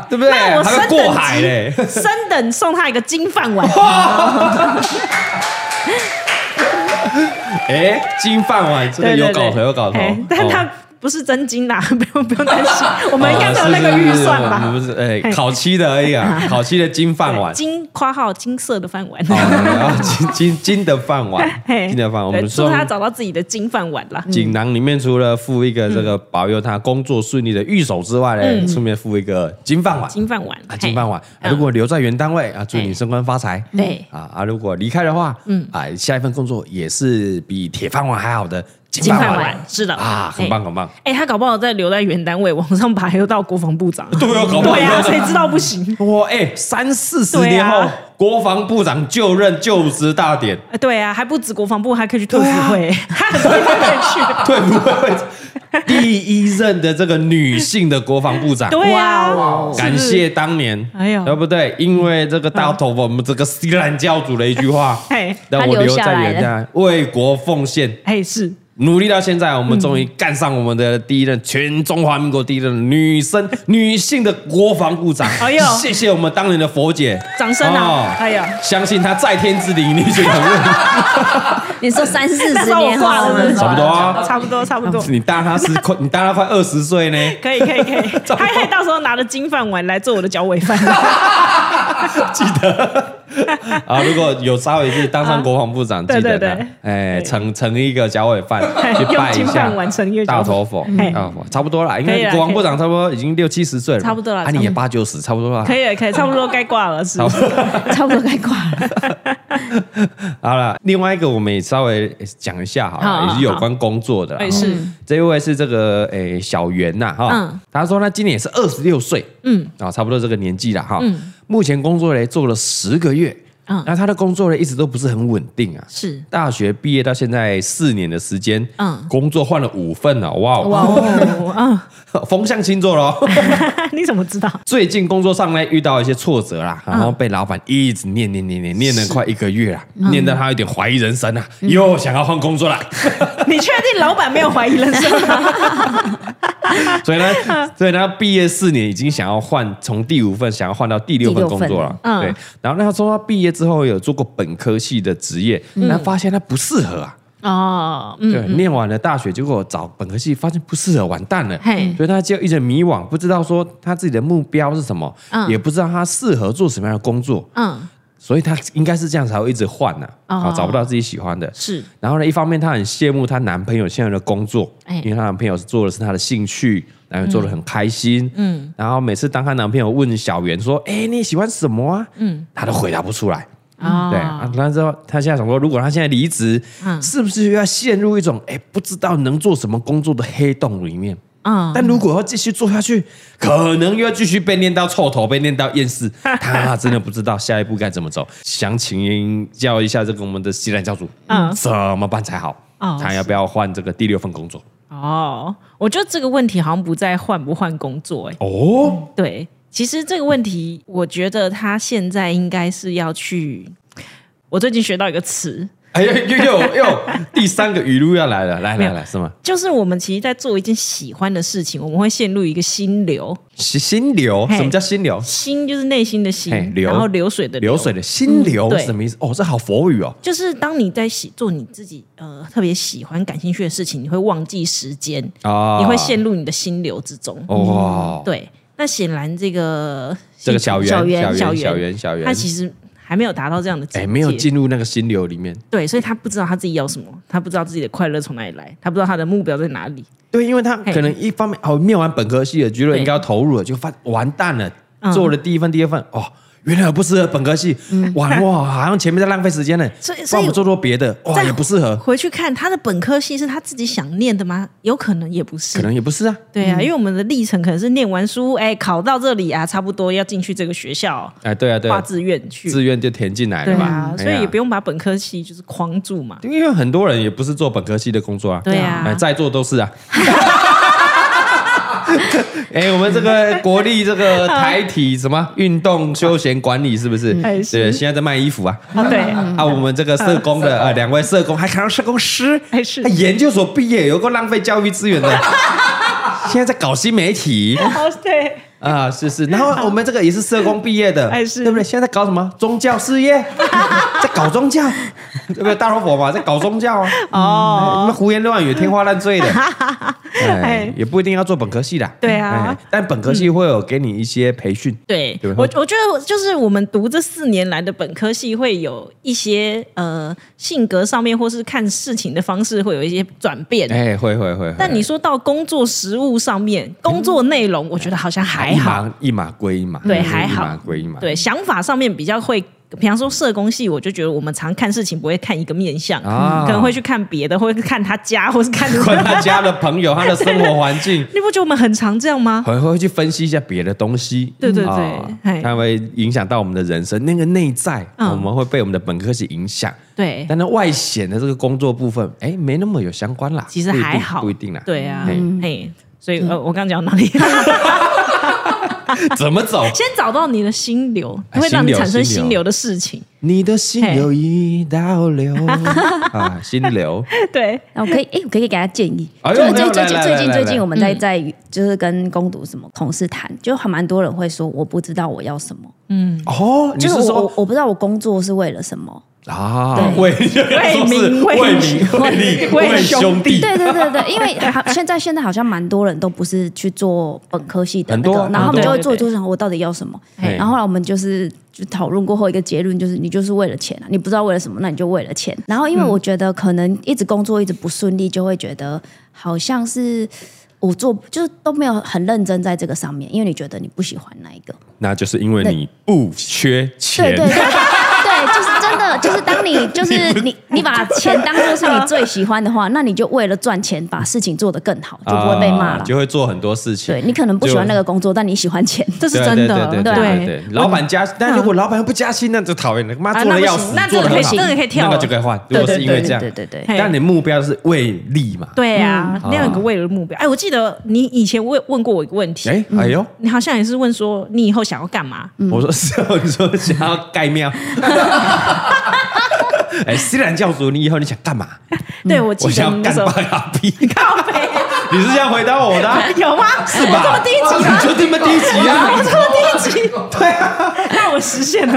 对不对？
那我
还会
升
过海嘞。
等级，升等送她一个金饭碗，
[LAUGHS] 哦哎，金饭碗真的
对
有
对
搞
对，
头，有搞头
哎。但她
哦
不是真金啦， [LAUGHS] 不用不用担心，我们应该没有那个
哦是
预
是是
算
我们
吧？
不是，哎，烤漆的而已
[LAUGHS]
啊，烤漆的金饭碗。
金（括号金色的饭碗）
[LAUGHS] 哦然后金金金的饭碗，
嘿
金的饭碗，我
对
们
祝
送嗯
他找到自己的金饭碗啦。
锦囊里面除了附一个这个保佑他工作顺利的玉手之外呢，顺便附一个金饭碗
嗯金饭碗
啊，
嘿
金饭碗。啊
嗯
如果留在原单位啊，祝你
嘿
升官发财。
对
啊啊，如果离开的话，嗯啊，下一份工作也是比铁饭碗还好的金
金
饭
饭
碗
碗，是的
啊，很棒。很棒。
哎，他搞不好在留在原单位往上爬，又到国防部长。
对啊搞不好
对
以
啊，
后
谁知道不行？
哇，哎，三四十
对
年
啊
后，国防部长就任就职大典，
呃
啊 [LAUGHS]
[LAUGHS] 哎对啊，还不止国防部，还可以去退辅会，他很多地方可以去。 [LAUGHS]
退不会会第一任的这个女性的国防部长，
对啊，
哇
哦感谢当年，
哎呦
对不对？因为这个大头佛，我们这个西兰教主的一句
[LAUGHS]
话
嘿，
让
他
我
留
留
下
在
来
原
了
地，为国奉献，
哎是，
努力到现在，我们终于干上我们的第一任全中华民国第一任女
[LAUGHS]
生女性的国防部长。
哎呦
谢谢我们当年的佛姐，
掌声啊
哦
哎呀
相信她在天之灵，你觉得
[LAUGHS]
问
你说三四
那
十
时候我
年
挂了是
后
不，是
差不多啊，
差不多差不多，
你大她是
[LAUGHS]
快，你大她快二十岁呢，
可以可以可
[LAUGHS]
以，他还可以到时候拿着金饭碗来做我的脚尾饭，
啊，如果有稍微是当上国防部长，
啊对
记得
对
呢
对，
哎，盛盛一个小尾
[LAUGHS]
饭去
用
拜一
金
下
饭碗盛一个
大
小
头佛
嘿
啊，差不多了，应
可以
该
啦
国防部长差不多已经六七十岁了嘛，
差不多啦
啊，
差不
你
多
也八九十，差不多了
可。以了可以，差不多该挂了是
好
不是？
差不多该挂了。
好了，另外一个我们也稍微讲一下好
好
了，也是有关工作的啦。
哎
哈
是，
这一位是这个诶小袁呐哈
嗯，
他说他今年也是二十六岁，嗯，啊，差不多这个年纪了哈。目前工作嘞做了十个月，
嗯
那他的工作嘞一直都不是很稳定啊，
是
大学毕业到现在四年的时间，嗯
嗯，
工作换了五份了，哇哦，
哦啊，
[LAUGHS] 风向星座咯。
[LAUGHS] 你怎么知道？
最近工作上呢遇到一些挫折啦，
嗯
然后被老板一直念念念念念了快一个月啦，念到他有点怀疑人生啦，
嗯
又想要换工
[LAUGHS]
作啦，
你确定老板没有怀疑人生吗？
所以呢，所以呢，毕业四年已经想要换，从第五份想要换到第六份工作了。
第六份嗯
对，然后那他说他毕业之后有做过本科系的职业，那发现他不适合啊。
[LAUGHS] 哦，嗯，
对，念完了大学，结果找本科系发现不适合，完蛋了
嘿，
所以他就一直迷惘，不知道说他自己的目标是什么，
嗯
也不知道他适合做什么样的工作，
嗯，
所以他应该是这样才会一直换呢、
哦
啊，找不到自己喜欢的。
是
然后呢，一方面她很羡慕她男朋友现在的工作，
哎
因为她男朋友做的是她的兴趣，然后做的很开心，嗯。然后每次当她男朋友问小圆说：“哎，你喜欢什么啊？”嗯，她都回答不出来。
啊
对啊，但是她现在想说，如果她现在离职，是不是又要陷入一种哎不知道能做什么工作的黑洞里面？
嗯
但如果要继续做下去，可能又要继续被念到臭头，被念到厌
[LAUGHS]
世，他真的不知道下一步该怎么走。想请教一下这个我们的西兰教主，
嗯
怎么办才好？
哦
他要不要换这个第六份工作？
哦，我觉得这个问题好像不在换不换工作、欸，
哦，
对，其实这个问题，我觉得他现在应该是要去。我最近学到一个词，
哎呦呦呦呦，第三个语录要来了，来
没
来
有 [LAUGHS]
来，是吗？
就是我们其实，在做一件喜欢的事情，我们会陷入一个心流。
心心流，
嘿
什么叫心流？
心就是内心的心
嘿，流
然后流水的
流水的心流
嗯对
是什么意思？哦，这好佛语哦。
就是当你在喜做你自己呃特别喜欢、感兴趣的事情，你会忘记时间，
啊哦
你会陷入你的心流之中。
哇，
对，那显然这个
这个小圆
小
小圆
圆
小圆小圆
他其实还没有达到这样的境界，
哎，没有进入那个心流里面。
对，所以他不知道他自己要什么，他不知道自己的快乐从哪里来，他不知道他的目标在哪里。
对，因为他
嘿
可能一方面哦，念完本科系了，觉得
对
应该要投入了，就发完蛋了，
嗯
做了第一份、第二份，哦，原来我不适合本科系，
[LAUGHS]
哇哇，好像前面在浪费时间呢，
所以
不
所
然
以
我们做做别的，哇，
再
也不适合，
回去看他的本科系是他自己想念的吗？有可能也不是，
可能也不是啊，
对啊，因为我们的历程可能是念完书，哎，考到这里啊，差不多要进去这个学校
哎，对啊，对哎
画
啊，
志愿去。
志愿就填进来
对
了
啊
嘛，，
所以也不
用，
用把本科系就是框住嘛。
因为很多人也不是做本科系的工作啊，
对啊
哎在座都是啊。 [LAUGHS] 哎，我们这个国立这个台体什么运动休闲管理是不是？
哎是
对，现在在卖衣服啊。
啊，对，
啊，我们这个社工的呃两位社工还考上社工师，
嗯哎是
还研究所毕业，有个浪费教育资
[LAUGHS]
源的，现在在搞新媒体
哦
[LAUGHS]
对，
啊，是是。然后我们这个也是社工毕业的，
哎是
对不对？现在在搞什么宗教事
[LAUGHS]
业，在搞宗教，对不对？大头佛嘛，在搞宗教啊，
哦，
那胡言乱语、天花乱坠的，哎
[LAUGHS] 哎，
也不一定要做本科系的，
对啊
哎，但本科系会有给你一些培训，
对
对吧
我我觉得就是我们读这四年来的本科系会有一些呃性格上面或是看事情的方式会有一些转变。
嗯
哎，会会会。会
但你说到工作实务上面，工作内容我觉得好像还
一
好，
码一码归一码，
对，
嗯
还
一
好
码归一码，
对，想法上面比较会比方说社工系，我就觉得我们常看事情不会看一个面相，
啊
可能会去看别的，或者看他家，或是
[LAUGHS]
看，
看他家的朋友，他的生活环境
[LAUGHS] 你不觉得我们很常这样吗？
还会去分析一下别的东西。
对对对
啊
嘿
它会影响到我们的人生，那个内在，
嗯
我们会被我们的本科系影响。
对，
但那外显的这个工作部分，哎，没那么有相关啦。
其实
不一定
还好，
不一定啦。
对啊
嘿，
嘿，所以呃，我刚讲到哪里？
[LAUGHS] 怎么
[LAUGHS]
走？
先找到你的心流，
哦哎
会让
心
你
流
产生
心流
心流的事情。
你的心流一道流 [LAUGHS] 啊，心
[LAUGHS]
流。
对，
那我可以，哎、我可以给他建议。
哎呦
就
哎呦
最
来
最近
来来
最近
来
最
来
近，我们在在就是跟攻读什么同事谈，就还蛮多人会说我不知道我要什么，
哦，你
就是是我
说
我我不知道我工作是为了什么。
啊？
对
为为
民为
为民为利
[LAUGHS] 为
为兄弟，
对对对对，因为好现在现在好像蛮多人都不是去做本科系的、那
很多
个，然后他们
很
就
多
会做
对对
做成我到底要什么。
嘿
然后后来我们就是就讨论过后一个结论就是你就是为了钱啊，你不知道为了什么，那你就为了钱。然后因为
嗯
我觉得可能一直工作一直不顺利，就会觉得好像是。我做就是都没有很认真在这个上面，因为你觉得你不喜欢那一个，
那就是因为你不缺
对
钱
对对， [LAUGHS] 对，就是真的，就是当你就是你你把钱当做是你最喜欢的话，那你就为了赚钱把事情做得更好，就不会被骂
啊
了。
就会做很多事情。
对你可能不喜欢那个工作，但你喜欢钱。
这是真的，
对对对对对对老板加，但如果老板不加薪，那就讨厌了，妈
啊
做的要
嗯那不
死
行，
做
那
的很好
这个可以那个可以跳
那
了
个就可以换。如
对
果是因为这样，
对对对对对
嘿
但你目标是为利嘛？
对啊，
嗯
那样有个为了目标。哎，我记得你以前问问过我一个问题，
哎哎呦，
你好像也是问说你以后想要干嘛？
我说是哦，你说想要盖
[LAUGHS]
庙。哎，西兰教主，你以后你想干嘛？
对，我
嗯
记
我
得
想
你
要
那
干
时候
巴拉皮，
靠北
你是这样回答我的啊，
[LAUGHS] 有吗？
是吧？
我这么低级啊吗？
你就这么低级啊？
我这么低级，对啊， [LAUGHS] 那我实现了。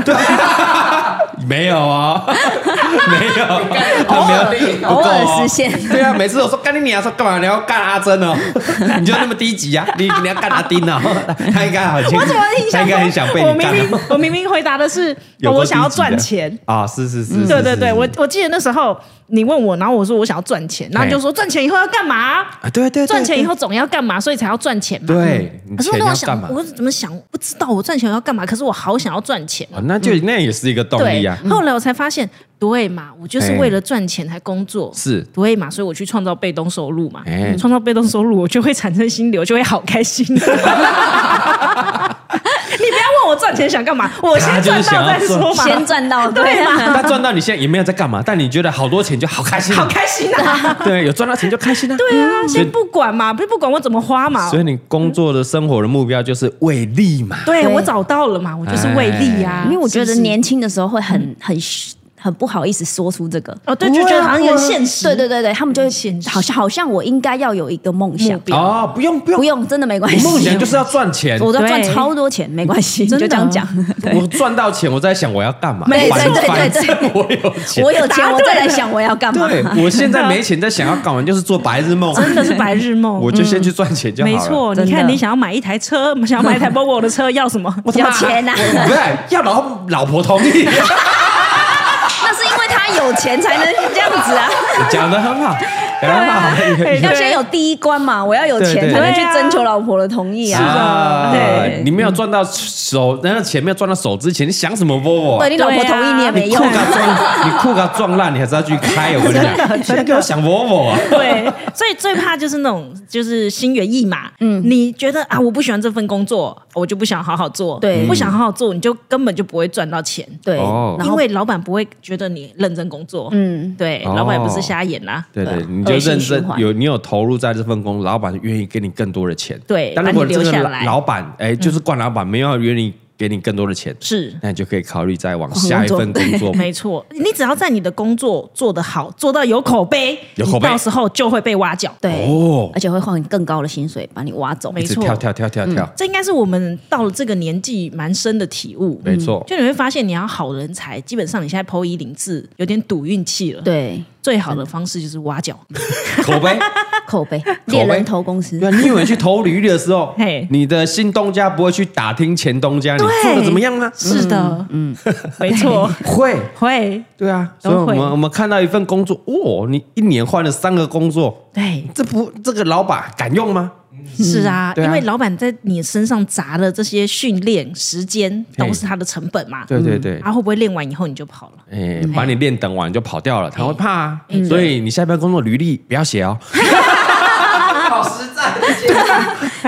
没有
[LAUGHS]
啊，没有，
啊
他没有，不够
偶尔
哦
实现
对啊，每次我说干你娘，说干嘛？你要干阿珍
[LAUGHS]
哦？你就那么低级啊？你你要干阿丁哦？他应该很清
我怎么印
他
象
应该很想被
中，我
你
明
干
明
哦。
我明明回答的是哦
有多
我想要
低级的
赚钱，嗯
啊！是是是，是
对对对，
是
我
是
我记得那时候你问我，然后我说我想要赚钱，然后你就说赚钱以后要干嘛？
啊，对对，对
赚钱以后总要干嘛，所以才要赚钱嘛。
对，你
嗯可是我
钱
那我
要
想
干，嘛？
我怎么想不知道我赚钱要干嘛？可是我好想要赚钱哦
哦那就那也是一个动
对
力啊，
后来我才发现，对嘛，我就是
哎
为了赚钱才工作，
是
对嘛，所以我去创造被动收入嘛
哎，
创造被动收入，我就会产生心流，就会好
[LAUGHS]
开心。你不要问我赚钱想干嘛，我
他
先
就是
赚
想
到
要
再说
[LAUGHS]
嘛，
先赚到对啊，
他赚到你现在也没有在干嘛，但你觉得好多钱就好开心啊，
嗯好开心
[LAUGHS]
啊！
对，有赚到钱就开心啊。
对啊，
所以
先不管嘛，不不管我怎么花嘛
所。以你工作的生活的目标就是为利嘛。
对
对
我找到了嘛，我就是为利
哎
呀、啊。
因为我觉
是
得
不是
年轻的时候会很很虚很不好意思说出这个。
哦，对，就觉得好像有现实，
对对对对，他们就会
现实
好像好像我应该要有一个梦想
目，标
哦，不用不用
不，用真的没关系。
梦想就是要赚钱。
哎我都赚
对
超多钱，没关系，你
真
就
的哦
这样讲。对
我赚到钱，我在想我要干嘛？
没
反
对对
反
对对
正我有钱。
我有钱，我再来想我要干嘛。
对，我现在没钱，在想要干嘛，就是做白日梦。
真的是白日梦。
[LAUGHS] 我就先去赚钱就好了。
没错，
真
你
的
看你想要买一
[LAUGHS]
台车，想要买一台 Volvo 的车，要什么？
我他妈
有钱
[LAUGHS]
啊
我不是要老老婆同
[LAUGHS]
意，
那是因为他有钱才能这样子啊，
讲的很好，讲的很好。
[LAUGHS] 对
要先有第一关嘛，我要有
对
钱
对
才能去
对啊
征求老婆的同意啊。
啊
对
你没有赚到手，然后钱没有赚到手之前，你想什么 Volvo？啊
对你老婆同意你也没
你
用啊
裤。衩撞，你裤衩撞烂，你还是要去开。我跟你讲，先给我想 Volvo 啊！
对，所以最怕就是那种就是心猿意马。嗯，你觉得啊，我不喜欢这份工作，我就不想好好做。
对
不想好好做，你就根本就不会赚到钱，
对，
哦
然
因
后
为老板不会觉得你认真工作。
嗯，
对，
哦
老板也不是瞎演啊啦。
对对，
对
你就
恶性
认
循
真
环
有你有投入在这份工，老板愿意给你更多的钱。
对
但如果这
把你
个
留下
老
来嗯
老板哎，就是惯老板没有愿意给你更多的钱，
是，
那你就可以考虑再往下一份
工作
工作。
[LAUGHS] 没错，你只要在你的工作做得好，做到有口碑，
有口碑
你到时候就会被挖角。
对，
哦
而且会换更高的薪水把你挖走。
没
一直
错
跳跳跳跳跳，
这应该是我们到了这个年纪蛮深的体悟。嗯
没错。
就你会发现，你要好人才，基本上你现在剖一零字有点赌运气了。，
对，
最好的方式就是挖角。嗯
口
[LAUGHS]
碑，
口碑，猎人头公司
对，啊，你以为去投履历的时候
[LAUGHS] 嘿，
你的新东家不会去打听前东家你做的怎么样吗？
是的，嗯， [LAUGHS] 没错，
会，
会，
对啊，
都
所以我
会
们我们看到一份工作，哦，你一年换了三个工作，
对，嗯
这不这个老板敢用吗？
是啊，
对啊
因为老板在你身上砸了这些训练时间，都是他的成本嘛。
对对对，
他会不会练完以后你就跑了？
哎，把你练等完就跑掉了，他会怕啊。所以你下一份工作履历不要写哦，
好实在，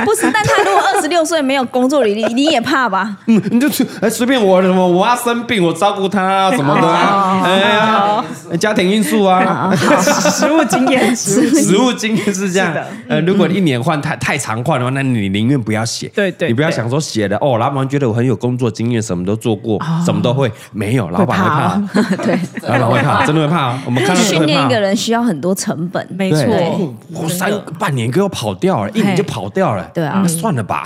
不是，但他如果二十六岁没有工作履历，你也怕
[LAUGHS]
吧？
嗯，你就去哎随便我什么，我要生病我照顾他啊什么的啊，哎呀，家庭因素啊，
实物经验，实物
职务经验是这样。呃，如果一年换太太常换的话，那你宁愿不要写。
对对
你不要
对
想说写的哦，老板觉得我很有工作经验，什么都做过，什么都会。没有，老板会
怕
怕
哦，
[LAUGHS] 对，
老板会怕，真的会怕哦。我们看到
训
都会
练
怕
一个人需要很多成本。
没
对
错。
我
真的
三半年给我跑掉了，一年就跑掉了。
对啊
那算了吧。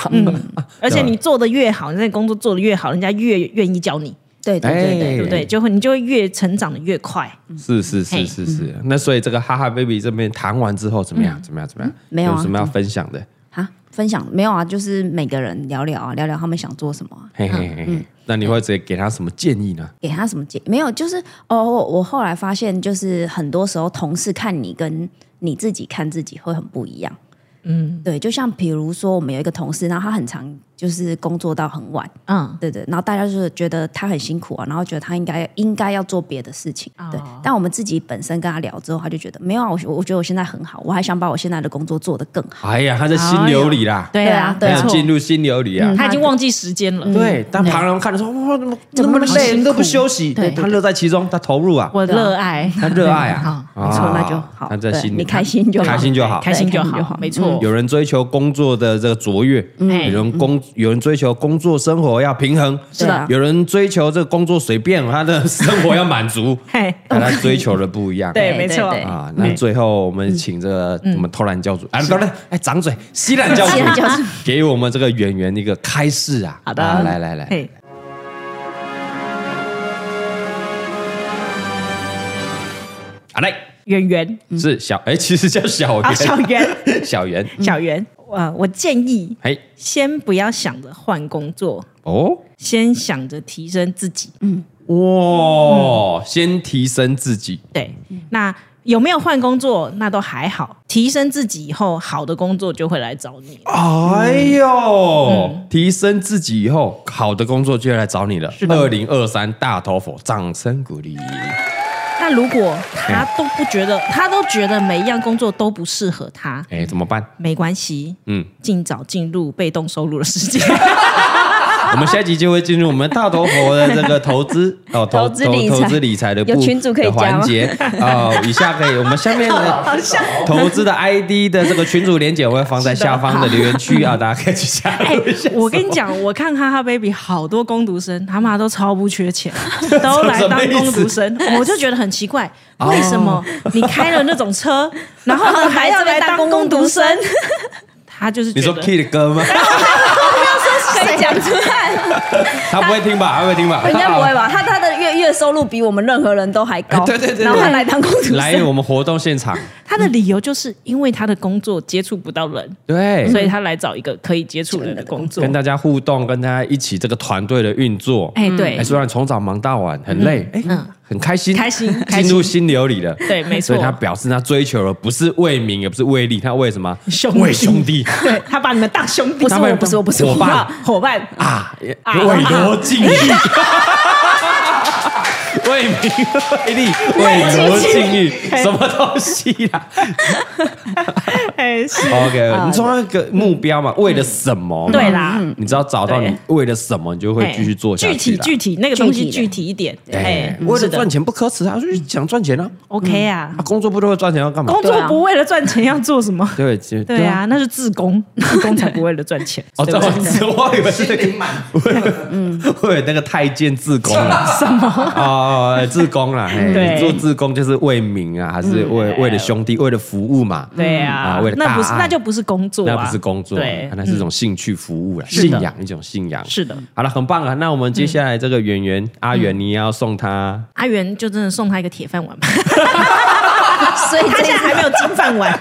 而且你做的越好，你在工作做的越好，人家越愿意教你，
对对对对，
哎
对不对？就会你就会越成长的越快。
是是是是
嗯
是。那所以这个哈哈 baby 这边谈完之后怎么样？怎么样？怎么样？
没有啊
什么要分享的？
啊，分享没有啊？就是每个人聊聊啊，聊聊他们想做什么啊、
嘿嘿嘿嘿。那你会直接给他什么建议呢？
给他什么建没有，就是哦，我我后来发现，就是很多时候同事看你跟你自己看自己会很不一样。嗯，对，就像比如说我们有一个同事，然后他很常就是工作到很晚，
嗯，
对对，然后大家就是觉得他很辛苦啊，然后觉得他应该应该要做别的事情，
哦
对。但我们自己本身跟他聊之后，他就觉得没有啊，我我觉得我现在很好，我还想把我现在的工作做得更好。
哎呀，他在心流里啦，
对啊，
对啊
他
没
有
错
进入心流里
嗯
啊。
他已经忘记时间了。
对，但旁人看着说哇，怎么那么
怎么那么
累，
辛
你都不
苦
休息，
对对
他乐在其中，他投入啊，
我热爱，
他热爱啊，
没错，那就 [LAUGHS] 好。
他在
对
心，
你开心就好，
开心就好
对。
开心就
开心就好嗯
好，没错。
有人追求工作的这个卓越，
嗯，
有人工有人追求工作生活要平衡，
是的
有人追求这个工作随便，他的生活要满足
[LAUGHS] 嘿，
大家追求的不一样。
对，嗯没错。
对对
啊，那最后我们请这个我们偷懒教主，啊，不对，哎，掌嘴，西兰教主
西兰教主，
[LAUGHS] 给我们这个演员一个开示啊。
好的
啊来来来，
嘿，
啊来，
圆圆
是小哎，其实叫小
嗯啊，小
圆，[LAUGHS]
圆，
小圆，
嗯
小圆，呃，我建议
哎，
先不要想着换工作，
哦，
先想着提升自己。
嗯
嗯
哇，先提升自己，
对，那有没有换工作那都还好，提升自己以后，好的工作就会来找你。
哎呦，
嗯
提升自己以后，好的工作就要来找你了。二零二三大头佛，掌声鼓励。
那如果他都不觉得，他都觉得每一样工作都不适合他，
哎，怎么办？
没关系，
嗯，
尽早进入被动收入的世界。
啊
我们下一集就会进入我们大头佛的这个
[LAUGHS]
投资哦，
投
投
资理财
投资理财的部
有群组可以
的
加吗
环节啊、以下可以，我们下
[LAUGHS]
面的投资的 ID 的这个群组连接我会放在下方的留言区啊，大家可以去加
哎
入一下。，
我跟你讲，我看哈哈 baby 好多工读生，他妈都超不
[LAUGHS]
缺钱，都来当工读生，我就觉得很奇怪，为什么你开了那种车，然后
哦
呢 [LAUGHS] 还要来当工
[LAUGHS]
读生？ [LAUGHS] 他就是
你
觉
说
得
Kid 哥吗？
可以讲出来，
他不会听吧？他不会听吧？ [LAUGHS]
应该不会 [LAUGHS] 吧？他他的月月收入比我们任何人都还高，
对对对对
然后他来当公主
来我们活动现场，
他的理由就是因为他的工作接触不到人，
对，
所以他来找一个可以接触人的工作
跟。大家互动，跟大家一起这个团队的运作。
哎，
哎，
对，嗯
虽然从早忙到晚，很累，哎，很开心，[LAUGHS]
开心开
进
心
入心流里了。
对，没
所
错
以，他表示他追求的不是为名，也不是为利，他为什么？
兄弟
为兄弟
[LAUGHS] 对他把你们当兄弟，
不是我不是我不是我
伙伴
伙伴
[LAUGHS] 啊，
啊
为罗敬
[LAUGHS]
义，为名为利，为罗敬义，什么东西啊
哎，是
？OK，你从那个目标嘛，为了什么嘛？
对啦，
你只要找到你为了什么，你嗯就会继续做下去
具
啦。
体具体那个东西
具体的
具体一点，
哎
哎，，
为了
是的
赚钱不可耻啊，就是想赚钱啊，
OK 啊
啊，，工作不都会赚钱要干嘛？？
工
对
作
啊
不为了赚钱要做什么
嗯对，其实
对，啊，那是自工，自工才不为了赚钱，
哦，
[LAUGHS] 对嗯
这 [LAUGHS]
不
我我
对？
以为是
心
那个
灵满足。
[LAUGHS] 会有那个太监自宫了，什么？哦，自宫
[LAUGHS]
啦，嘿
对嗯
做自宫就是为民啊，还是为为了兄弟，为了服务嘛？
对
啊
啊
为了，大
那不是
爱
那就不是工作啊，
那不是工作，
对嗯
啊，那是一种兴趣服务啦，
是
信
的
仰一种信仰。
是的。嗯
好了，很棒啊！那我们接下来这个演员阿元，你也要送
[LAUGHS]
他
阿元就真的送他一个铁饭碗吧， [LAUGHS]
所以
他
这
现在还没有金饭碗，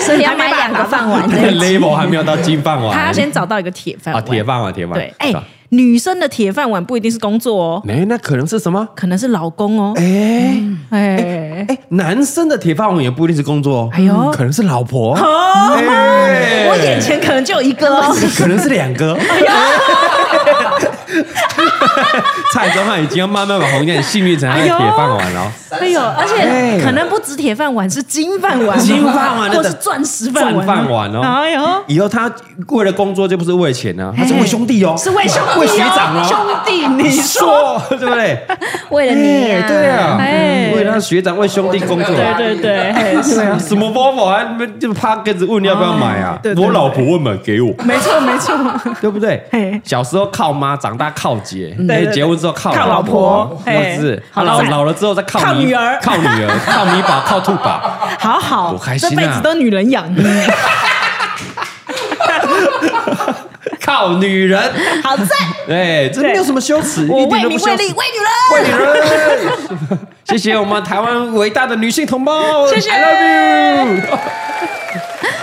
所以要买两个饭碗。
那个 label 还没有到金饭碗，
他要先找到一个铁饭
啊，
碗。
铁饭碗，铁饭碗
对，哎
是吧，
女生的铁饭碗不一定是工作哦，
哎，那可能是什么？
可能是老公哦，
哎
哎，
哎，男生的铁饭碗也不一定是工作哦，
哎呦
可能是老婆，哦哎
哦我哎眼前可能就有一个哦，
可能是两个。 [LAUGHS]
蔡宗汉已经慢慢把红线幸运成他的
哎呦
铁饭碗了。
哎呦，而且可能不止铁饭碗，是金饭碗，哦
金饭碗
或是钻石饭碗，
钻饭碗哦
哎呦，
以后他为了工作就不是为钱啊，他是为兄弟哦，
哎是为兄弟哦
为学长哦，
兄弟，你说
[LAUGHS] 说对不对？
[LAUGHS] 为了你呀、
哎对啊，
哎
为了他学长为兄弟工作。
对对对，嘿是
对啊，什么包包啊？你们就趴跟子问你要不要买啊？
对对对
我老婆会买给我，
没错没错，
[LAUGHS] 对不对
嘿？嗯
小时候靠妈，长大靠姐，哎
对对
结婚之后靠
靠老
婆
婆，
是不是
嘿？好
老
赞
老了之后再靠
靠
你
女儿
靠女儿，
[LAUGHS]
靠米宝，靠兔宝。
好好，
多开心啊嗯
这辈子都女人养，
靠女人，
好赞，
哎，这没有什么羞耻，
我
一
为
点都不
名
羞
为
耻
利，为女
[LAUGHS] 为女人。
[LAUGHS]
谢谢我们台湾伟大的女性同胞，
谢谢
I love you，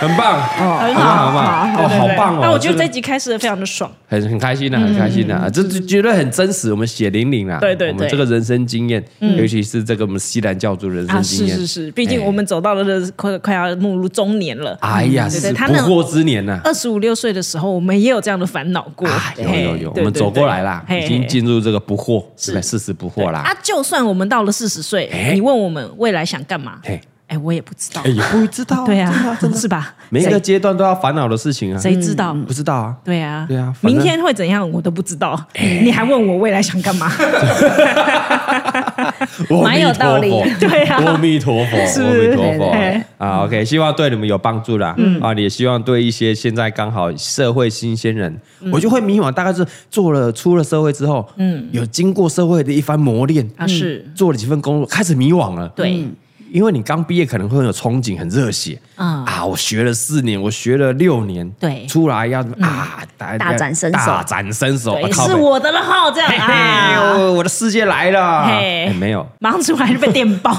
很棒，哦
人，
很好，很棒，
好
哦，好棒哦！
那我觉
真
得
的
这集开始的非常的爽，
很很开心的，很开心的，啊这这觉得很真实，我们血淋淋啦。
嗯对对
我们
对嗯
这个人生经验，尤其是这个我们西南教主人生
啊，
经
是
验，
是是，毕竟
哎
我们走到了这快快要步入中年了。
哎呀，
嗯对
是
他
不
那
惑之年呐。
二十五六岁的时候，我们也有这样的烦恼过。
啊，有
嘿
有有，我
对
们
对
走过
对
来啦，
嘿
已经
嘿
进入这个不惑，
是
对吧？四十不惑
对
啦
啊，，就算我们到了四十岁
哎，
你问我们未来想干嘛
嘿？
哎，我也不知道
哎，。也哦不知道，
对啊，是吧？
每一个
谁
阶段都要烦恼的事情啊，
谁知道？
不知道啊？
对啊，
对啊反正哎
明天会怎样我都不知道，你还问我未来想干嘛？
嗯
蛮有道理
阿弥陀佛
对啊
阿弥陀佛，
是
阿弥陀
对
佛
对嗯
啊！OK，希望对你们有帮助啦。啊，也希望对一些现在刚好社会新鲜人，
嗯
我就会迷惘，大概是做了出了社会之后，嗯，有经过社会的一番磨练，
啊，是，
做了几份工作，开始迷惘了。
对
嗯。因为你刚毕业，可能会很有憧憬，很热血
嗯
啊！我学了四年，我学了六年，
对嗯
出来要啊，大
大展身手
大展身手，啊
对，
靠
是
北
我的了哈，这样
哎
啊，
我我的世界来了，
嘿
哎没有，
马上出来就被电
[LAUGHS]
爆，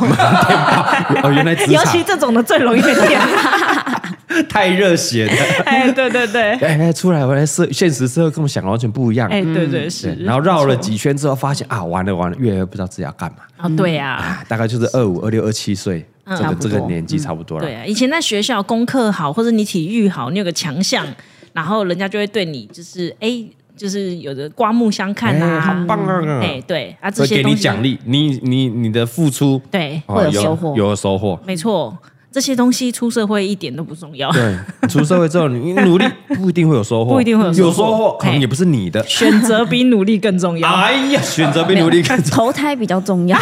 哦，原来
[LAUGHS]
职
尤
场
其这种的最容易
[LAUGHS]
被电。
太热血的。
哎，对对对，
[LAUGHS] 哎哎，出来，我来社现实社会跟我们想的完全不一样。
哎，对对是
对，，然后绕了几圈之后，发现啊，完了完了，越来越不知道自己要干嘛。
啊，对啊。
啊大概就是二五、二六、二七岁，
嗯
这
差
个
不
这
多
个年纪差不多了
对。啊，以前在学校功课好，或者你体育好，你有个强项，然后人家就会对你就是哎，就是有的刮目相看
哎，
啊，
好棒啊！
哎，对啊，这
会
些
给
东
你
西
奖，励，你你你的付出
对，
哦
会有收获
有收获。
没错，这些东西出社会一点都不重要，
对，出社会之后，你努
[LAUGHS]
力不一定会有收获，
不一定会有收获哎
有收获，可能
嘿
也不是你的。
选择比努力更重要，
哎呀，选择比努力更重要
投胎比较重要，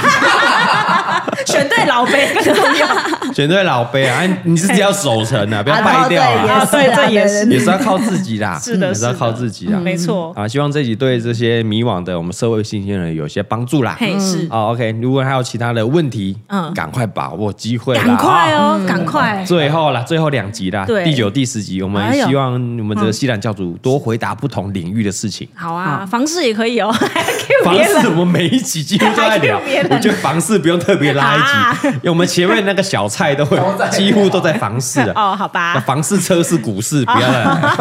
选对老辈更重要
选对老杯啊，你自己要守成啊，不要败掉
对
啊，
啊，对，这也是
[LAUGHS] 也是要靠自己啦，
[LAUGHS] 是的
也是要
是的嗯
靠自己啦。
没错，
啊，希望这集对这些迷惘的我们社会新鲜人有些帮助啦。
嘿是，
哦，OK，如果还有其他的问题，嗯，
嗯
赶快把握机会啦，
赶快
啊！
哦，赶快，
最后啦，最后两集啦，
对
第九、第十集，我们
哎呦
希望我们的西兰教主多回答不同领域的事情。
好啊，房事也可以哦， [LAUGHS] 还
房
Q 别
事
人，
我们每一集几乎都在聊
还 [LAUGHS] 是别，人
我觉得房事不用特别拉一集，因为我们前面那个小菜都会
都在
几乎都在房事啊。
哦，好吧，
房市、车市、股市，不要
[LAUGHS]
了，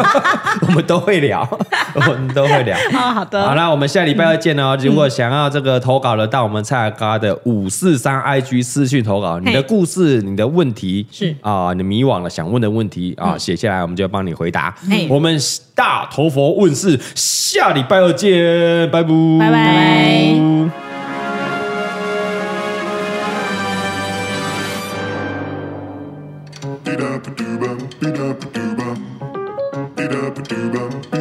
我们都会聊，我们都会聊。
哦，好的，
好啦，我们下礼拜二见
嗯
哦。如果想要这个投稿的，到我们蔡阿嘎的五四三 IG 私讯投稿，你的故事、你的问题
是
啊，你迷惘了想问的问题啊，写下来，我们就帮你回答
嘿。
我们大头佛问世，下礼拜二见，拜拜，
拜拜。
Beat up a doo bum, beat up a doo bum, beat up a doo bum,